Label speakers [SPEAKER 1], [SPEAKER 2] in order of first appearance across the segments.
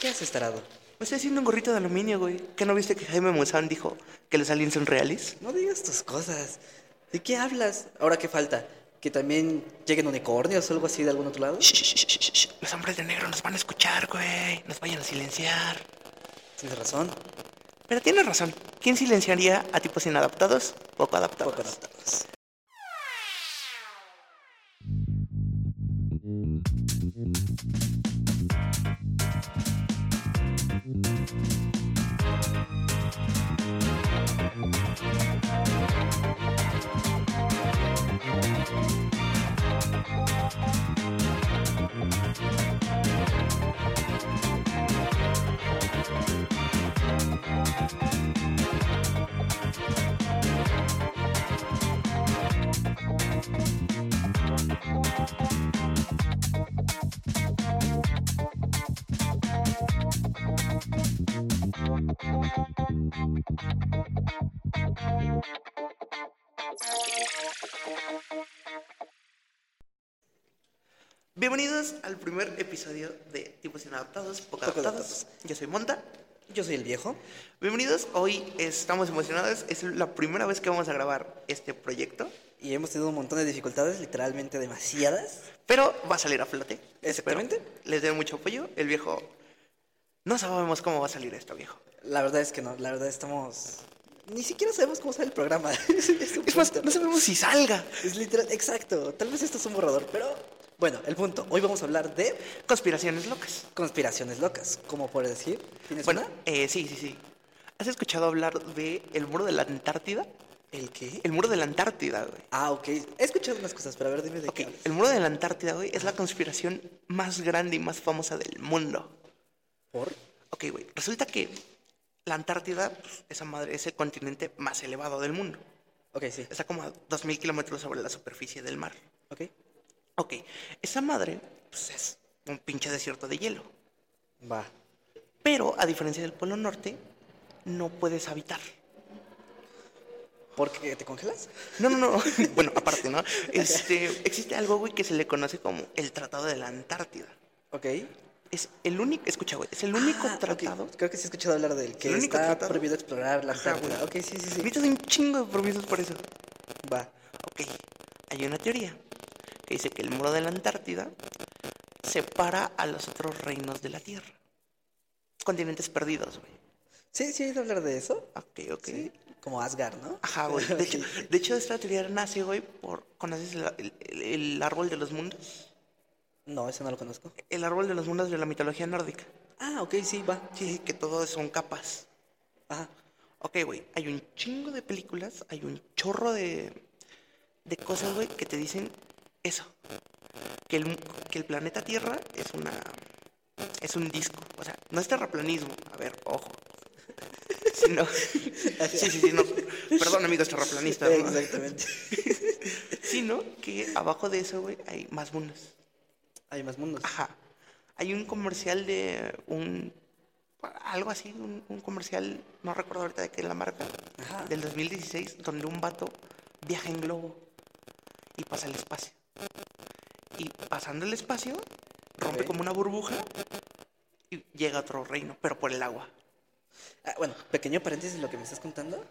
[SPEAKER 1] ¿Qué haces, tarado?
[SPEAKER 2] Me Pues estoy haciendo un gorrito de aluminio, güey. ¿Qué no viste que Jaime Maussan dijo que los aliens son reales?
[SPEAKER 1] No digas tus cosas. ¿De qué hablas? Ahora, ¿qué falta? ¿Que también lleguen unicornios o algo así de algún otro lado?
[SPEAKER 2] Shh, shh, shh, shh, shh. Los hombres de negro nos van a escuchar, güey. Nos vayan a silenciar.
[SPEAKER 1] Tienes razón.
[SPEAKER 2] Pero tienes razón. ¿Quién silenciaría a tipos inadaptados? Poco adaptados.
[SPEAKER 1] Poco adaptados.
[SPEAKER 2] Bienvenidos al primer episodio de Tipos Inadaptados, Poco,
[SPEAKER 1] Poco
[SPEAKER 2] adaptados. Yo soy Monta.
[SPEAKER 1] Yo soy el viejo.
[SPEAKER 2] Bienvenidos, hoy estamos emocionados. Es la primera vez que vamos a grabar este proyecto,
[SPEAKER 1] Y hemos tenido un montón de dificultades, literalmente demasiadas.
[SPEAKER 2] pero va a salir a flote.
[SPEAKER 1] Exactamente.
[SPEAKER 2] Espero Les den mucho apoyo. El viejo. No sabemos cómo va a salir esto, viejo.
[SPEAKER 1] La verdad es que no, la verdad estamos... Ni siquiera sabemos cómo sale el programa. es, un
[SPEAKER 2] Es más,
[SPEAKER 1] punto.
[SPEAKER 2] no sabemos si salga.
[SPEAKER 1] Es literal, exacto. Tal vez esto es un borrador, pero bueno, el punto. Hoy vamos a hablar de
[SPEAKER 2] Conspiraciones locas.
[SPEAKER 1] conspiraciones locas, como por decir. ¿Tienes
[SPEAKER 2] Bueno,
[SPEAKER 1] una?
[SPEAKER 2] eh, sí, sí, sí. ¿Has escuchado hablar de el muro de la Antártida?
[SPEAKER 1] ¿El qué?
[SPEAKER 2] El muro de la Antártida, güey.
[SPEAKER 1] Ah, ok. He escuchado unas cosas, pero a ver, dime de
[SPEAKER 2] Ok,
[SPEAKER 1] qué. hablas.
[SPEAKER 2] el muro de la Antártida, güey, es la conspiración más grande y más famosa del mundo.
[SPEAKER 1] ¿Por?
[SPEAKER 2] Ok, güey, resulta que la Antártida, pues, esa madre, es el continente más elevado del mundo.
[SPEAKER 1] Ok, sí.
[SPEAKER 2] Está como a 2.000 kilómetros sobre la superficie del mar.
[SPEAKER 1] Ok.
[SPEAKER 2] Ok, esa madre, pues es un pinche desierto de hielo.
[SPEAKER 1] Va.
[SPEAKER 2] Pero, a diferencia del Polo Norte, no puedes habitar.
[SPEAKER 1] ¿Por qué te congelas?
[SPEAKER 2] No, no, no. bueno, aparte, ¿no? Este, existe algo, güey, que se le conoce como el Tratado de la Antártida.
[SPEAKER 1] Ok.
[SPEAKER 2] Es el único, escucha, güey, es el único
[SPEAKER 1] Ah, ok.
[SPEAKER 2] tratado
[SPEAKER 1] Creo que sí he escuchado hablar del que
[SPEAKER 2] El único
[SPEAKER 1] está
[SPEAKER 2] tratado.
[SPEAKER 1] prohibido explorar la
[SPEAKER 2] Ajá,
[SPEAKER 1] Antártida.
[SPEAKER 2] güey.
[SPEAKER 1] Ok, sí, sí, sí.
[SPEAKER 2] Ahorita hay un chingo de permisos por eso.
[SPEAKER 1] Va.
[SPEAKER 2] Ok, hay una teoría que dice que el muro de la Antártida separa a los otros reinos de la Tierra. Continentes perdidos, güey.
[SPEAKER 1] Sí, sí, he oído hablar de eso.
[SPEAKER 2] Ok, ok.
[SPEAKER 1] Sí. Como Asgard, ¿no?
[SPEAKER 2] Ajá, güey. De hecho,
[SPEAKER 1] Ok, sí.
[SPEAKER 2] de hecho, esta teoría nace, güey, por... ¿Conoces el, el- el- el árbol de los mundos?
[SPEAKER 1] No, eso no lo conozco.
[SPEAKER 2] El árbol de los mundos de la mitología nórdica.
[SPEAKER 1] Ah, ok, sí, va.
[SPEAKER 2] Sí, que todo son capas.
[SPEAKER 1] Ajá.
[SPEAKER 2] Ok, güey, hay un chingo de películas, hay un chorro de, de cosas, güey, que te dicen eso. Que el, mu- que el planeta Tierra es una... Es un disco. O sea, no es terraplanismo. A ver, ojo. Sino, sí, sí, sí, no. Perdón, amigos terraplanistas. ¿no?
[SPEAKER 1] Exactamente.
[SPEAKER 2] Sino que abajo de eso, güey, hay más mundos.
[SPEAKER 1] Hay más mundos.
[SPEAKER 2] Ajá. Hay un comercial de un... Algo así, un, un comercial, no recuerdo ahorita de qué es la marca,
[SPEAKER 1] Ajá.
[SPEAKER 2] del 2016, donde un vato viaja en globo y pasa el espacio. Y pasando el espacio, rompe
[SPEAKER 1] Ok.
[SPEAKER 2] como una burbuja y llega a otro reino, pero por el agua.
[SPEAKER 1] Ah, bueno, pequeño paréntesis en lo que me estás contando.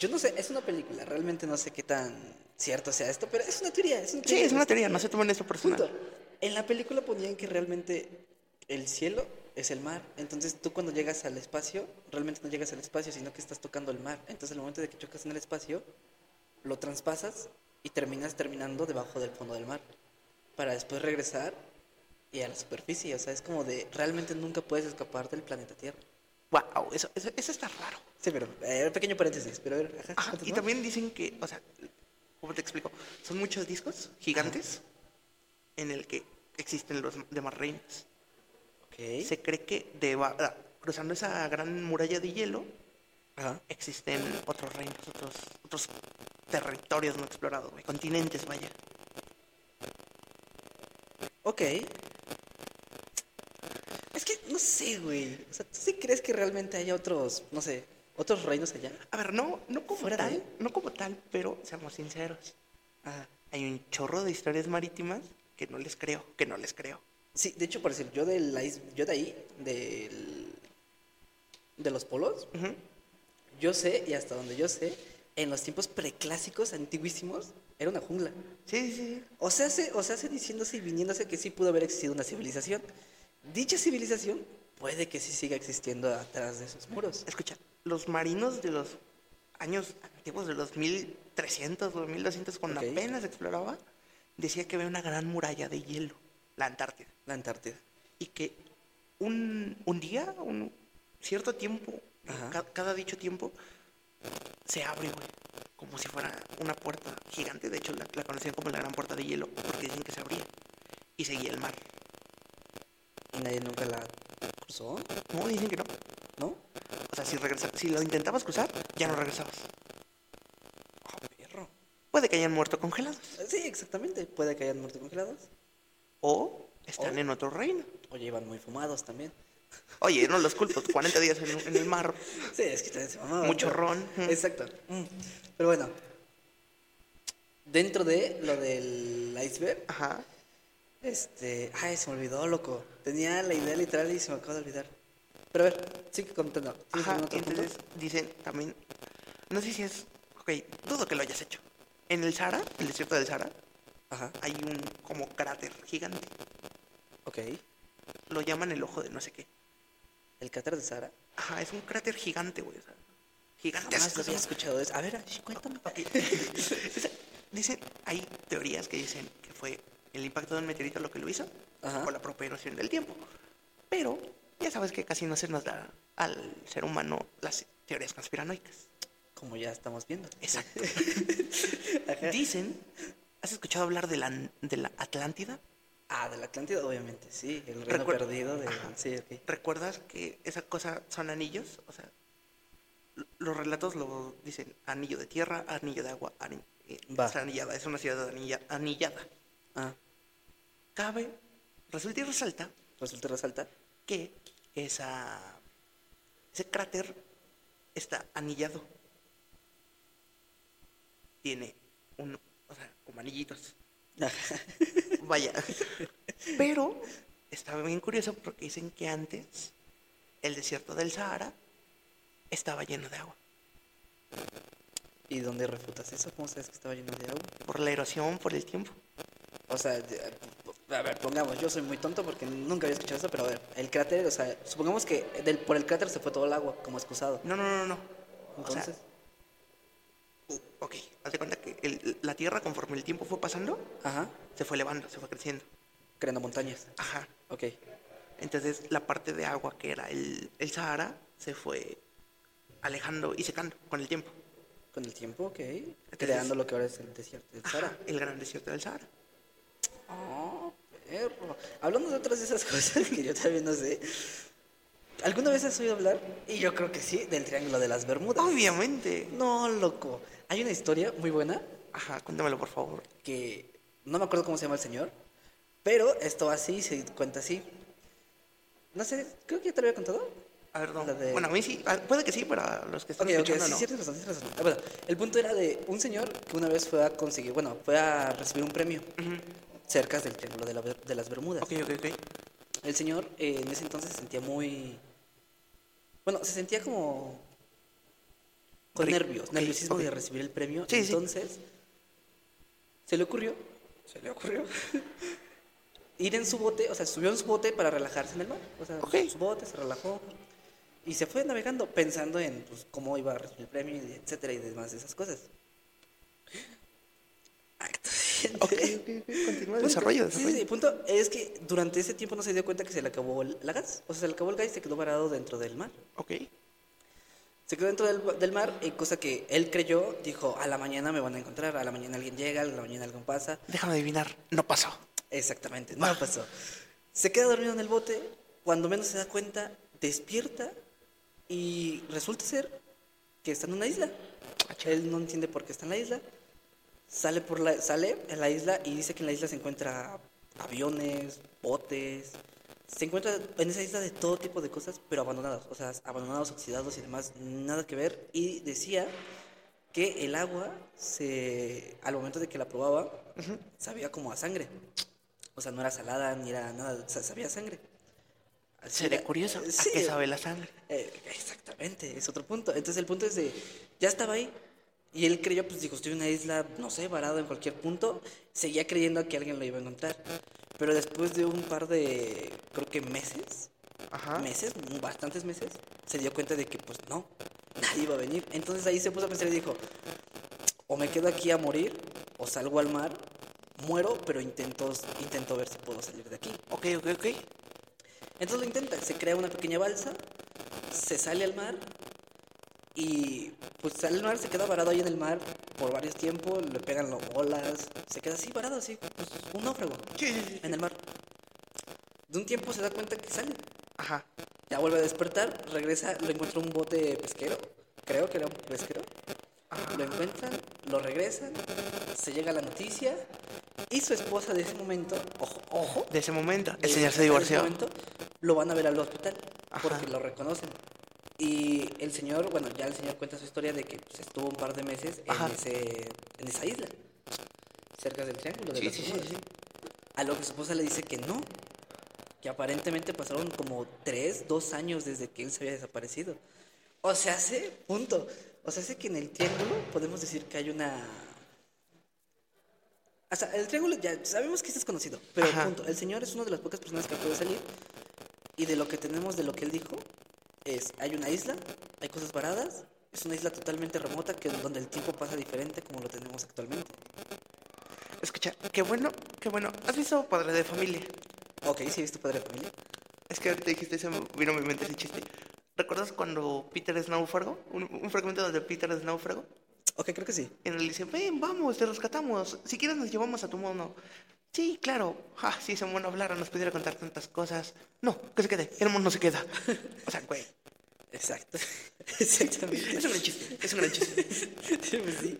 [SPEAKER 1] Yo no sé, es una película, realmente no sé qué tan cierto sea esto, pero es una teoría. Es una
[SPEAKER 2] Sí, es una teoría, no se tomen esto personal.
[SPEAKER 1] Punto. En la película ponían que realmente el cielo es el mar. Entonces tú cuando llegas al espacio, realmente no llegas al espacio, sino que estás tocando el mar. Entonces al momento de que chocas en el espacio, lo traspasas y terminas terminando debajo del fondo del mar. Para después regresar y a la superficie. O sea, es como de realmente nunca puedes escapar del planeta Tierra.
[SPEAKER 2] Wow, eso, eso, eso está raro.
[SPEAKER 1] Sí, pero eh, pequeño paréntesis, pero a ver, ajá,
[SPEAKER 2] Ajá, y
[SPEAKER 1] continúa.
[SPEAKER 2] también dicen que, o sea, ¿cómo te explico? Son muchos discos gigantes en el que existen los demás reinos.
[SPEAKER 1] Ok.
[SPEAKER 2] Se cree que deba- ah, cruzando esa gran muralla de hielo
[SPEAKER 1] Ajá.
[SPEAKER 2] existen otros reinos, otros, otros territorios no explorados, güey. Continentes, vaya.
[SPEAKER 1] Ok. Es que no sé, güey. O sea, ¿tú sí crees que realmente haya otros, no sé, otros reinos allá?
[SPEAKER 2] A ver, no, no como
[SPEAKER 1] Fuera de
[SPEAKER 2] tal,
[SPEAKER 1] ahí.
[SPEAKER 2] no como tal, pero seamos sinceros. Ah,
[SPEAKER 1] Ajá.
[SPEAKER 2] Hay un chorro de historias marítimas que no les creo, que no les creo.
[SPEAKER 1] Sí, de hecho, por decir, yo de, la is- yo de ahí, del- de los polos,
[SPEAKER 2] Ujú.
[SPEAKER 1] yo sé, y hasta donde yo sé, en los tiempos preclásicos, antiguísimos, era una jungla.
[SPEAKER 2] Sí, sí, sí.
[SPEAKER 1] O sea, se, o sea, se diciéndose y viniéndose que sí pudo haber existido una civilización. Dicha civilización puede que sí siga existiendo atrás de esos muros.
[SPEAKER 2] Escucha, los marinos de los años antiguos, de los 1300 o 1200, cuando
[SPEAKER 1] Ok.
[SPEAKER 2] apenas exploraba, decía que había una gran muralla de hielo, la Antártida,
[SPEAKER 1] La Antártida.
[SPEAKER 2] y que un, un día, un cierto tiempo, eh,
[SPEAKER 1] Ajá.
[SPEAKER 2] ca- cada dicho tiempo, se abre, güey, como si fuera una puerta gigante. De hecho, la, la conocían como la gran puerta de hielo, porque dicen que se abría y seguía el mar.
[SPEAKER 1] Y nadie nunca la cruzó,
[SPEAKER 2] No, dicen que no.
[SPEAKER 1] ¿no?
[SPEAKER 2] O sea, si, regresa, si lo intentabas cruzar, ya no regresabas.
[SPEAKER 1] Ah, perro.
[SPEAKER 2] Puede que hayan muerto congelados.
[SPEAKER 1] Sí, exactamente. Puede que hayan muerto congelados.
[SPEAKER 2] O están
[SPEAKER 1] O-
[SPEAKER 2] en otro reino.
[SPEAKER 1] O llevan muy fumados también.
[SPEAKER 2] Oye, no los culpo, 40 días en, en el mar.
[SPEAKER 1] Sí, es que también se mamaban,
[SPEAKER 2] Mucho
[SPEAKER 1] pero-
[SPEAKER 2] ron.
[SPEAKER 1] Exacto. Mm. Pero bueno, dentro de lo del iceberg,
[SPEAKER 2] Ajá.
[SPEAKER 1] Este, ay, se me olvidó, loco. Tenía la idea literal y se me acaba de olvidar. Pero a ver, sigue contando. ¿Tienes
[SPEAKER 2] Ajá.
[SPEAKER 1] algún otro punto?
[SPEAKER 2] Entonces dicen también, no sé si es, ok, dudo que lo hayas hecho. En el Sahara, el desierto del Sahara,
[SPEAKER 1] Ajá,
[SPEAKER 2] hay un como cráter gigante.
[SPEAKER 1] ok.
[SPEAKER 2] Lo llaman el ojo de no sé qué.
[SPEAKER 1] El cáter de Sara.
[SPEAKER 2] Ajá, es un cráter gigante, güey. o sea, gigante.
[SPEAKER 1] Jamás lo había escuchado de eso. A ver, Ash, cuéntame.
[SPEAKER 2] Dicen, hay teorías que dicen que fue el impacto de un meteorito lo que lo hizo,
[SPEAKER 1] Ajá.
[SPEAKER 2] o la propia erosión del tiempo. Pero ya sabes que casi no se nos da al ser humano las teorías conspiranoicas.
[SPEAKER 1] Como ya estamos viendo.
[SPEAKER 2] Exacto.
[SPEAKER 1] Ajá.
[SPEAKER 2] Dicen, ¿has escuchado hablar de la, de la Atlántida?
[SPEAKER 1] Ah, de la Atlántida, obviamente, sí. El reino
[SPEAKER 2] Recuer-
[SPEAKER 1] perdido de.
[SPEAKER 2] Ajá.
[SPEAKER 1] Sí, ok.
[SPEAKER 2] ¿Recuerdas que esa cosa son anillos? O sea, lo- los relatos lo dicen anillo de tierra, anillo de agua, ani- eh,
[SPEAKER 1] Va.
[SPEAKER 2] está anillada, es una ciudad anilla- anillada.
[SPEAKER 1] Ah,
[SPEAKER 2] Cabe, resulta y resalta
[SPEAKER 1] resulta y resalta.
[SPEAKER 2] que esa, ese cráter está anillado. Tiene un, o sea, como anillitos.
[SPEAKER 1] Ajá.
[SPEAKER 2] Vaya. Pero está bien curioso porque dicen que antes el desierto del Sahara estaba lleno de agua.
[SPEAKER 1] ¿Y dónde refutas eso? ¿Cómo sabes que estaba lleno de agua?
[SPEAKER 2] Por la erosión, por el tiempo.
[SPEAKER 1] O sea, de- a ver, pongamos, yo soy muy tonto porque nunca había escuchado eso, pero a ver, el cráter, o sea, supongamos que del, por el cráter se fue todo el agua, como excusado.
[SPEAKER 2] No, no, no, no. O sea,
[SPEAKER 1] Entonces,
[SPEAKER 2] ok, haz de cuenta que el- la Tierra conforme el tiempo fue pasando,
[SPEAKER 1] ajá,
[SPEAKER 2] se fue elevando, se fue creciendo.
[SPEAKER 1] creando montañas.
[SPEAKER 2] Ajá.
[SPEAKER 1] Ok,
[SPEAKER 2] Entonces la parte de agua que era el, el Sahara se fue alejando y secando con el tiempo.
[SPEAKER 1] con el tiempo, ok. creando lo que ahora es el desierto del
[SPEAKER 2] Ajá,
[SPEAKER 1] Sahara.
[SPEAKER 2] el gran desierto del Sahara.
[SPEAKER 1] Oh, perro. Hablando de otras de esas cosas que yo también no sé. ¿Alguna vez has oído hablar? Y yo creo que sí, del Triángulo de las Bermudas.
[SPEAKER 2] Obviamente.
[SPEAKER 1] No, loco. Hay una historia muy buena
[SPEAKER 2] Ajá, cuéntamelo por favor.
[SPEAKER 1] que no me acuerdo cómo se llama el señor, pero esto así se cuenta así. No sé, creo que ya te lo había contado.
[SPEAKER 2] A ver, no.
[SPEAKER 1] La de-
[SPEAKER 2] Bueno, a mí sí. ah, Puede que sí, para los que están
[SPEAKER 1] Ok, ok, sí,
[SPEAKER 2] escuchando, no.
[SPEAKER 1] sí, tienes razón, tienes razón. Ah, Bueno, el punto era de un señor que una vez fue a conseguir, bueno, fue a recibir un premio cerca del Triángulo de, la Ber- de las Bermudas.
[SPEAKER 2] Ok, ok, ok.
[SPEAKER 1] El señor eh, en ese entonces se sentía muy... Bueno, se sentía como... Con
[SPEAKER 2] Ri-
[SPEAKER 1] nervios,
[SPEAKER 2] ok,
[SPEAKER 1] nerviosismo
[SPEAKER 2] ok.
[SPEAKER 1] de recibir el premio.
[SPEAKER 2] Sí, sí.
[SPEAKER 1] entonces, se le ocurrió... Se le ocurrió... ir en su bote, o sea, subió en su bote para relajarse en el mar. O sea,
[SPEAKER 2] Ok.
[SPEAKER 1] su bote se relajó. Y se fue navegando pensando en pues, cómo iba a recibir el premio, y etcétera, y demás de esas cosas. Acto siguiente.
[SPEAKER 2] Ok, ok, ok, Continúa el
[SPEAKER 1] Punto-
[SPEAKER 2] desarrollo,
[SPEAKER 1] sí,
[SPEAKER 2] desarrollo.
[SPEAKER 1] sí, punto es que durante ese tiempo no se dio cuenta que se le acabó el, la gas. O sea, se le acabó el gas y se quedó varado dentro del mar.
[SPEAKER 2] Ok.
[SPEAKER 1] Se quedó dentro del, del mar, y cosa que él creyó, dijo, a la mañana me van a encontrar, a la mañana alguien llega, a la mañana algo pasa.
[SPEAKER 2] Déjame adivinar. No pasó.
[SPEAKER 1] Exactamente, no
[SPEAKER 2] Ah.
[SPEAKER 1] pasó. Se queda dormido en el bote, cuando menos se da cuenta, despierta y resulta ser que está en una isla.
[SPEAKER 2] Ah,
[SPEAKER 1] Él no entiende por qué está en la isla. Sale por la sale en la isla y dice que en la isla se encuentra aviones, botes. Se encuentra en esa isla de todo tipo de cosas, pero abandonados, o sea, abandonados, oxidados y demás, nada que ver y decía que el agua se al momento de que la probaba sabía como a sangre. O sea, no era salada ni era nada, o sea, sabía sangre. Así
[SPEAKER 2] Seré
[SPEAKER 1] era-
[SPEAKER 2] curioso.
[SPEAKER 1] eh,
[SPEAKER 2] ¿A qué sabe la sangre?
[SPEAKER 1] eh, exactamente, es otro punto. Entonces el punto es de, ya estaba ahí y él creyó, pues dijo, estoy en una isla, no sé, varado en cualquier punto. Seguía creyendo que alguien lo iba a encontrar. Pero después de un par de, creo que meses,
[SPEAKER 2] Ajá.
[SPEAKER 1] meses, mm, bastantes meses, se dio cuenta de que pues no, nadie iba a venir. Entonces ahí se puso a pensar y dijo, o me quedo aquí a morir, o salgo al mar, muero, pero intento, intento ver si puedo salir de aquí.
[SPEAKER 2] Ok, ok, ok.
[SPEAKER 1] Entonces lo intenta, se crea una pequeña balsa, se sale al mar y pues sale al mar, se queda varado ahí en el mar por varios tiempos, le pegan las olas, se queda así varado, así, pues un náufrago
[SPEAKER 2] Sí, sí, sí, sí.
[SPEAKER 1] en el mar. De un tiempo se da cuenta que sale,
[SPEAKER 2] Ajá.
[SPEAKER 1] ya vuelve a despertar, regresa, lo encuentra un bote pesquero, creo que era un pesquero. Lo encuentran, lo regresan, se llega la noticia y su esposa de ese momento, ojo, ojo,
[SPEAKER 2] De ese momento, el
[SPEAKER 1] de-
[SPEAKER 2] señor
[SPEAKER 1] en
[SPEAKER 2] se
[SPEAKER 1] ese
[SPEAKER 2] divorció.
[SPEAKER 1] momento, lo van a ver al hospital
[SPEAKER 2] Ajá.
[SPEAKER 1] porque lo reconocen. Y el señor, bueno, ya el señor cuenta su historia de que pues, estuvo un par de meses
[SPEAKER 2] Ajá.
[SPEAKER 1] en, ese, en esa isla, cerca del triángulo de
[SPEAKER 2] Sí,
[SPEAKER 1] las
[SPEAKER 2] sí, sí,
[SPEAKER 1] Bermudas.
[SPEAKER 2] sí.
[SPEAKER 1] A lo que su esposa le dice que no, que aparentemente pasaron como tres, dos años desde que él se había desaparecido. O sea, hace, punto. O sea, hace que en el triángulo podemos decir que hay una... O sea, el triángulo ya sabemos que este es desconocido, pero
[SPEAKER 2] Ajá.
[SPEAKER 1] punto. El señor es una de las pocas personas que puede salir y de lo que tenemos de lo que él dijo es, hay una isla, hay cosas varadas, es una isla totalmente remota que donde el tiempo pasa diferente como lo tenemos actualmente.
[SPEAKER 2] Escucha, qué bueno, qué bueno. ¿Has visto Padre de Familia?
[SPEAKER 1] Ok, sí, ¿viste Padre de Familia?
[SPEAKER 2] Es que ahorita dijiste, se me vino a mi mente ese chiste. ¿Recuerdas cuando Peter es náufrago? Un, un fragmento donde Peter es náufrago.
[SPEAKER 1] Ok, creo que sí.
[SPEAKER 2] En el dice, ven, vamos, te rescatamos. Si quieres nos llevamos a tu mono. Sí, claro. Ah, si ese mono hablara nos pudiera contar tantas cosas. No, que se quede. El mono se queda. O sea, güey,
[SPEAKER 1] Exacto. Exactamente.
[SPEAKER 2] es un gran chiste. Es un gran chiste.
[SPEAKER 1] Pues sí.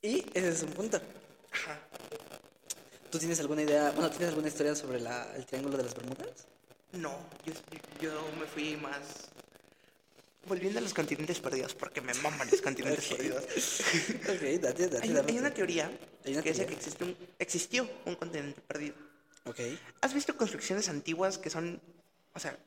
[SPEAKER 1] Y ese es un punto.
[SPEAKER 2] Ajá.
[SPEAKER 1] ¿Tú tienes alguna idea, bueno, tienes alguna historia sobre la- el Triángulo de las Bermudas?
[SPEAKER 2] No, yo, yo me fui más... Volviendo a los continentes perdidos, porque me maman los continentes
[SPEAKER 1] Ok.
[SPEAKER 2] perdidos.
[SPEAKER 1] Ok, date, date,
[SPEAKER 2] Hay,
[SPEAKER 1] dame.
[SPEAKER 2] hay una teoría
[SPEAKER 1] Hay una
[SPEAKER 2] que dice que
[SPEAKER 1] teoría.
[SPEAKER 2] existe un- existió un continente perdido.
[SPEAKER 1] Ok.
[SPEAKER 2] ¿Has visto construcciones antiguas que son, o sea,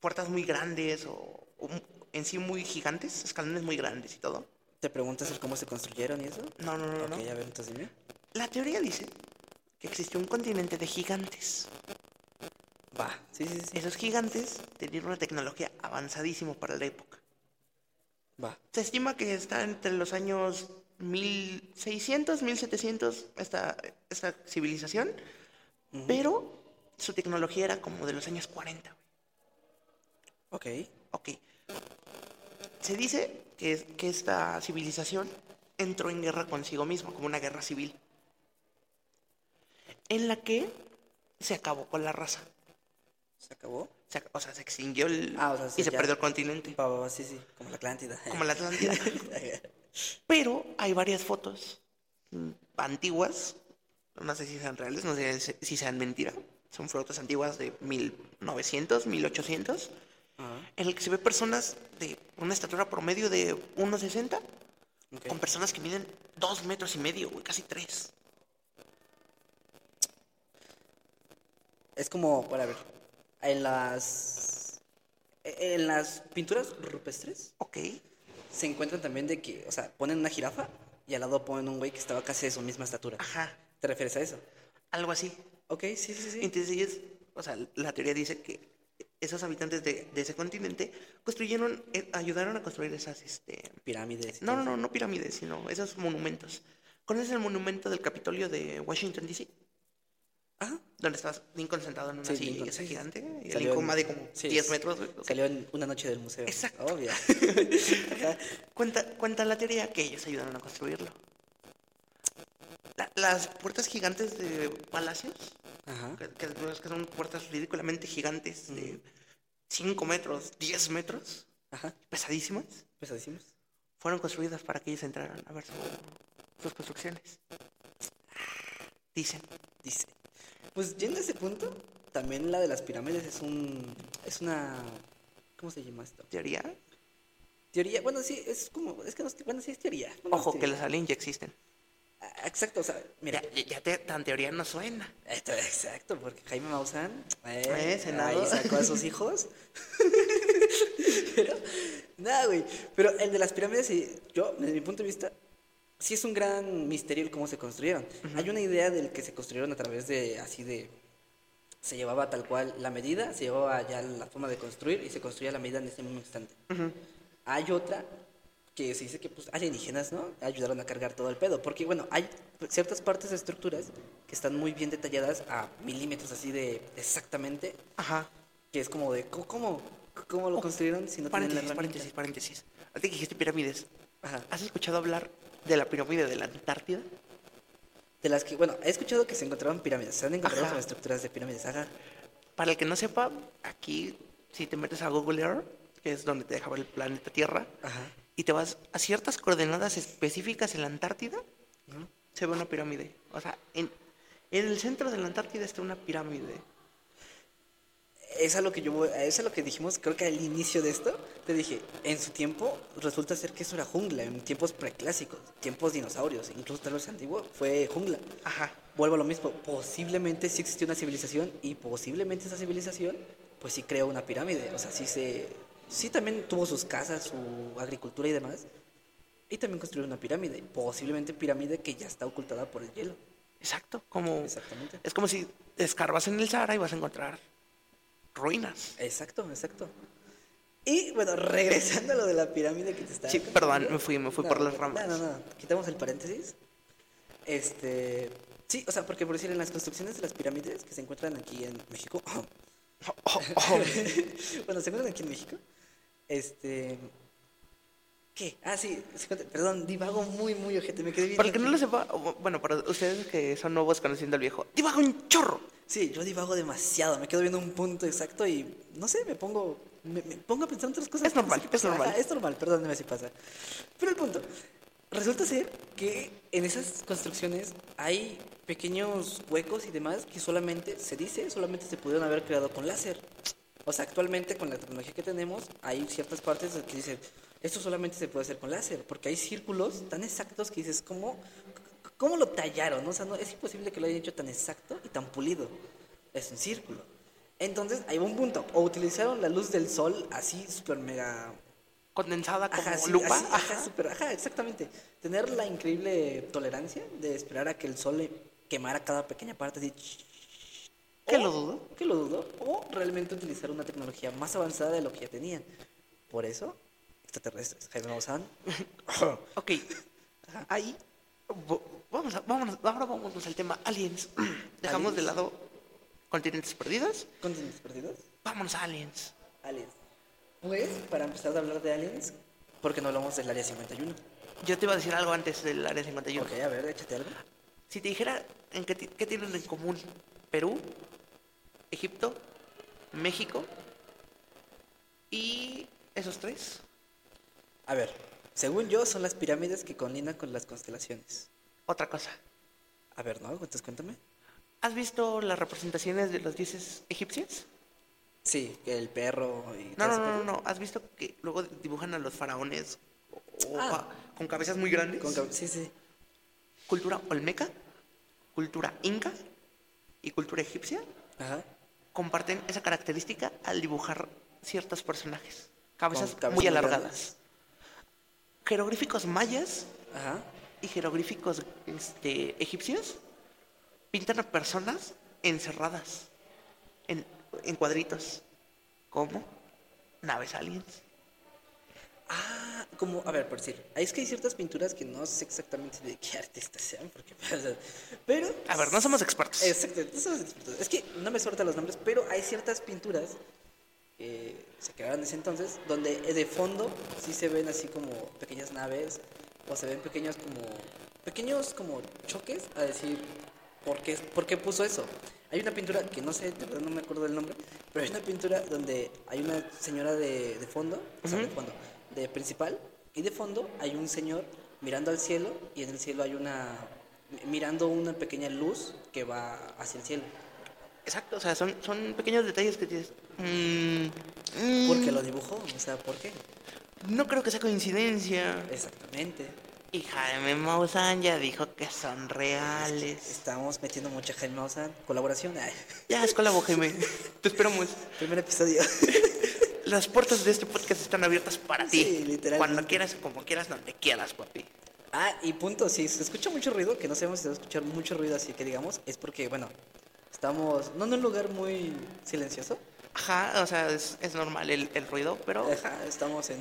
[SPEAKER 2] puertas muy grandes o, o mu- en sí muy gigantes, escalones muy grandes y todo?
[SPEAKER 1] ¿Te preguntas el cómo se construyeron y eso?
[SPEAKER 2] No, no, no,
[SPEAKER 1] ok,
[SPEAKER 2] no.
[SPEAKER 1] a ver, entonces dime.
[SPEAKER 2] La teoría dice que existió un continente de gigantes.
[SPEAKER 1] Va. Sí, sí, sí.
[SPEAKER 2] Esos gigantes tenían una tecnología avanzadísima para la época.
[SPEAKER 1] Va.
[SPEAKER 2] Se estima que está entre los años 1600, 1700 esta, esta civilización,
[SPEAKER 1] Ujú.
[SPEAKER 2] pero su tecnología era como de los años 40. güey.
[SPEAKER 1] Ok.
[SPEAKER 2] Ok. Se dice que, que esta civilización entró en guerra consigo misma, como una guerra civil, en la que se acabó con la raza.
[SPEAKER 1] ¿Se acabó?
[SPEAKER 2] Se ac- o sea, se extinguió el,
[SPEAKER 1] Ah, o sea, sí,
[SPEAKER 2] y se
[SPEAKER 1] ya.
[SPEAKER 2] perdió el continente,
[SPEAKER 1] Va, va, va, sí, sí. Como la Atlántida.
[SPEAKER 2] como la Atlántida. Pero hay varias fotos mm, antiguas, no sé si sean reales, no sé si- si sean mentira. Son fotos antiguas de 1900, 1800,
[SPEAKER 1] Ajá.
[SPEAKER 2] en el que se ve personas de una estatura promedio de 1,60
[SPEAKER 1] Ok.
[SPEAKER 2] con personas que miden 2 metros y medio, güey, casi 3.
[SPEAKER 1] Es como, para ver, en las... En las pinturas rupestres
[SPEAKER 2] Ok,
[SPEAKER 1] se encuentran también de que, o sea, ponen una jirafa y al lado ponen un güey que estaba casi de su misma estatura.
[SPEAKER 2] ajá,
[SPEAKER 1] ¿Te refieres a eso?
[SPEAKER 2] algo así.
[SPEAKER 1] Ok, sí, sí, sí.
[SPEAKER 2] Entonces ellos, o sea, la teoría dice que esos habitantes de, de ese continente construyeron, eh, ayudaron a construir esas, este,
[SPEAKER 1] Pirámides. y
[SPEAKER 2] No,
[SPEAKER 1] todo
[SPEAKER 2] no, no, no pirámides, sino esos monumentos. ¿Conoces el monumento del Capitolio de Washington, D.C.?
[SPEAKER 1] Ajá.
[SPEAKER 2] Donde estás Lincoln sentado en una
[SPEAKER 1] Sí,
[SPEAKER 2] silla
[SPEAKER 1] Lincoln,
[SPEAKER 2] esa
[SPEAKER 1] sí, sí.
[SPEAKER 2] gigante. Y
[SPEAKER 1] Salió
[SPEAKER 2] Lincoln
[SPEAKER 1] en-
[SPEAKER 2] mide como
[SPEAKER 1] sí,
[SPEAKER 2] 10
[SPEAKER 1] sí.
[SPEAKER 2] metros. güey. O sea,
[SPEAKER 1] Salió en una noche del museo.
[SPEAKER 2] Exacto.
[SPEAKER 1] Obvio.
[SPEAKER 2] cuenta, cuenta la teoría que ellos ayudaron a construirlo. La- las puertas gigantes de palacios,
[SPEAKER 1] Ajá.
[SPEAKER 2] que, que- que son puertas ridículamente gigantes de 5 metros, 10 metros,
[SPEAKER 1] Ajá.
[SPEAKER 2] pesadísimas,
[SPEAKER 1] Pues decimos.
[SPEAKER 2] fueron construidas para que ellos entraran a ver su- sus construcciones. Dicen.
[SPEAKER 1] Dice. Pues yendo a ese punto, también la de las pirámides es un. Es una. ¿Cómo se llama esto?
[SPEAKER 2] teoría.
[SPEAKER 1] Teoría. Bueno, sí, es como. Es que no. es- Bueno, sí, es teoría. Bueno,
[SPEAKER 2] Ojo,
[SPEAKER 1] es
[SPEAKER 2] que
[SPEAKER 1] teoría.
[SPEAKER 2] los aliens ya existen.
[SPEAKER 1] Ah, Exacto, o sea, mira.
[SPEAKER 2] Mira, ya, ya te- tan teoría no suena.
[SPEAKER 1] Esto- exacto, porque Jaime Maussan eh,
[SPEAKER 2] Eh, Senado.
[SPEAKER 1] ahí sacó a sus hijos. pero, nada, güey. Pero el de las pirámides, sí, yo, desde mi punto de vista, sí es un gran misterio el cómo se construyeron. Hay una idea del que se construyeron a través de, así de, se llevaba tal cual la medida, se llevaba ya la forma de construir y se construía la medida en ese mismo instante. Hay otra que se dice que pues alienígenas, ¿no? Ayudaron a cargar todo el pedo, porque bueno, hay ciertas partes de estructuras que están muy bien detalladas a milímetros así de exactamente,
[SPEAKER 2] Ajá.
[SPEAKER 1] que es como de ¿cómo, cómo, cómo lo construyeron si no tienen la
[SPEAKER 2] paréntesis,
[SPEAKER 1] herramienta?
[SPEAKER 2] paréntesis, paréntesis. Antes que dijiste pirámides,
[SPEAKER 1] Ajá.
[SPEAKER 2] ¿has escuchado hablar de la pirámide de la Antártida?
[SPEAKER 1] De las que, bueno, he escuchado que se encontraron pirámides, se han encontrado
[SPEAKER 2] Ajá.
[SPEAKER 1] como estructuras de pirámides, ajá.
[SPEAKER 2] Para el que no sepa, aquí si te metes a Google Earth, que es donde te dejaba el planeta Tierra,
[SPEAKER 1] Ajá.
[SPEAKER 2] y te vas a ciertas coordenadas específicas en la Antártida,
[SPEAKER 1] Ujú.
[SPEAKER 2] se ve una pirámide. O sea, en, en el centro de la Antártida está una pirámide.
[SPEAKER 1] Es a lo que yo voy- es a lo que dijimos, creo que al inicio de esto, te dije, en su tiempo resulta ser que eso era jungla, en tiempos preclásicos, tiempos dinosaurios, incluso tal vez antiguo, fue jungla.
[SPEAKER 2] Ajá.
[SPEAKER 1] Vuelvo a lo mismo, posiblemente sí existió una civilización y posiblemente esa civilización pues sí creó una pirámide, o sea, sí se sí también tuvo sus casas, su agricultura y demás. Y también construyó una pirámide, posiblemente pirámide que ya está ocultada por el hielo.
[SPEAKER 2] Exacto. Como,
[SPEAKER 1] Exactamente.
[SPEAKER 2] es como si escarbas en el Sahara y vas a encontrar ruinas.
[SPEAKER 1] Exacto, exacto. Y bueno, regresando a lo de la pirámide que te estaba.
[SPEAKER 2] Sí,
[SPEAKER 1] contando.
[SPEAKER 2] perdón, me fui- me fui
[SPEAKER 1] No,
[SPEAKER 2] por las
[SPEAKER 1] no,
[SPEAKER 2] ramas.
[SPEAKER 1] No, no, no, quitamos el paréntesis. Este. Sí, o sea, porque por decir, en las construcciones de las pirámides que se encuentran aquí en México.
[SPEAKER 2] Oh, oh.
[SPEAKER 1] bueno, se encuentran aquí en México. Este. ¿Qué? Ah, sí, se encuentran- perdón, divago muy, muy ojete, me quedé bien.
[SPEAKER 2] Para el que no lo
[SPEAKER 1] loquillo.
[SPEAKER 2] sepa, o- bueno, para ustedes que son nuevos conociendo al viejo, divaga un chorro.
[SPEAKER 1] Sí, yo divago demasiado, me quedo viendo un punto exacto y no sé, me pongo, me, me pongo a pensar en otras cosas.
[SPEAKER 2] Es normal,
[SPEAKER 1] No sé qué
[SPEAKER 2] es
[SPEAKER 1] pasa.
[SPEAKER 2] normal.
[SPEAKER 1] Ajá, es normal, perdóneme si pasa. Pero el punto, resulta ser que en esas construcciones hay pequeños huecos y demás que solamente, se dice, solamente se pudieron haber creado con láser. O sea, actualmente con la tecnología que tenemos hay ciertas partes que dicen, esto solamente se puede hacer con láser, porque hay círculos tan exactos que dices, ¿cómo, c- cómo lo tallaron? O sea, no, es imposible que lo hayan hecho tan exacto y tan pulido. Es un círculo. Entonces, ahí va un punto. O utilizaron la luz del sol así, súper mega
[SPEAKER 2] Condensada como
[SPEAKER 1] Ajá, sí,
[SPEAKER 2] lupa.
[SPEAKER 1] así, ajá, súper, ajá, exactamente. Tener la increíble tolerancia de esperar a que el sol le quemara cada pequeña parte así.
[SPEAKER 2] Que
[SPEAKER 1] O-
[SPEAKER 2] lo dudo.
[SPEAKER 1] Que lo dudo. O realmente utilizar una tecnología más avanzada de lo que ya tenían. Por eso, extraterrestres. Jaime Maussan.
[SPEAKER 2] Ok. Ahí. vo- Vamos a, vámonos, ahora vámonos al tema aliens. Dejamos de
[SPEAKER 1] Aliens.
[SPEAKER 2] lado continentes perdidos.
[SPEAKER 1] ¿Continentes perdidos?
[SPEAKER 2] Vámonos a aliens.
[SPEAKER 1] Aliens. Pues, para empezar a hablar de aliens, porque no hablamos del área 51.
[SPEAKER 2] Yo te iba a decir algo antes del área 51.
[SPEAKER 1] Ok, a ver, échate algo.
[SPEAKER 2] Si te dijera en qué, ti- qué tienen en común Perú, Egipto, México y esos tres.
[SPEAKER 1] A ver, según yo, son las pirámides que colindan con las constelaciones.
[SPEAKER 2] Otra cosa.
[SPEAKER 1] A ver, ¿no? Entonces cuéntame.
[SPEAKER 2] ¿Has visto las representaciones de los dioses egipcios?
[SPEAKER 1] Sí, el perro y todo
[SPEAKER 2] No, no,
[SPEAKER 1] ese
[SPEAKER 2] no, no,
[SPEAKER 1] pedo.
[SPEAKER 2] no. ¿Has visto que luego dibujan a los faraones o- o
[SPEAKER 1] Ah.
[SPEAKER 2] a- con cabezas muy grandes?
[SPEAKER 1] Con cab- sí, sí.
[SPEAKER 2] cultura olmeca, cultura inca y cultura egipcia
[SPEAKER 1] Ajá.
[SPEAKER 2] comparten esa característica al dibujar ciertos personajes, cabezas,
[SPEAKER 1] Con cabezas
[SPEAKER 2] muy
[SPEAKER 1] muy
[SPEAKER 2] alargadas. Jeroglíficos mayas
[SPEAKER 1] Ajá.
[SPEAKER 2] y jeroglíficos este, egipcios pintan a personas encerradas en, en cuadritos, como naves aliens.
[SPEAKER 1] Ah, como, a ver, por decir, es que hay ciertas pinturas que no sé exactamente de qué artistas sean, porque, o sea, pero...
[SPEAKER 2] A ver, no somos expertos.
[SPEAKER 1] Exacto, no somos expertos. Es que no me sueltan los nombres, pero hay ciertas pinturas que se crearon en ese entonces, donde eh, de fondo sí se ven así como pequeñas naves, o se ven pequeños como, pequeños como choques, a decir, ¿por qué, por qué puso eso? Hay una pintura, que no sé, de verdad no me acuerdo del nombre, pero hay una pintura donde hay una señora de, de fondo, o sea, de
[SPEAKER 2] Ujú.
[SPEAKER 1] fondo, de principal, y de fondo hay un señor mirando al cielo, y en el cielo hay una, mirando una pequeña luz que va hacia el cielo.
[SPEAKER 2] Exacto, o sea, son, son pequeños detalles que tienes. mm,
[SPEAKER 1] ¿Por
[SPEAKER 2] mm,
[SPEAKER 1] qué lo dibujó? O sea, ¿por qué?
[SPEAKER 2] No creo que sea coincidencia.
[SPEAKER 1] Exactamente.
[SPEAKER 2] Y Jaime Maussan ya dijo que son reales.
[SPEAKER 1] Estábamos metiendo mucha Jaime Maussan. Colaboración. Ay,
[SPEAKER 2] Ya, es la Jaime. Te esperamos.
[SPEAKER 1] primer episodio.
[SPEAKER 2] Las puertas de este podcast están abiertas para ti.
[SPEAKER 1] Sí, literalmente.
[SPEAKER 2] Cuando quieras, como quieras, donde quieras, papi.
[SPEAKER 1] ah, y punto. Si se escucha mucho ruido, que no sabemos si se va a escuchar mucho ruido, así que digamos, es porque, bueno, estamos no en un lugar muy silencioso.
[SPEAKER 2] Ajá, o sea, es, es normal el, el ruido, pero
[SPEAKER 1] Ajá, estamos en,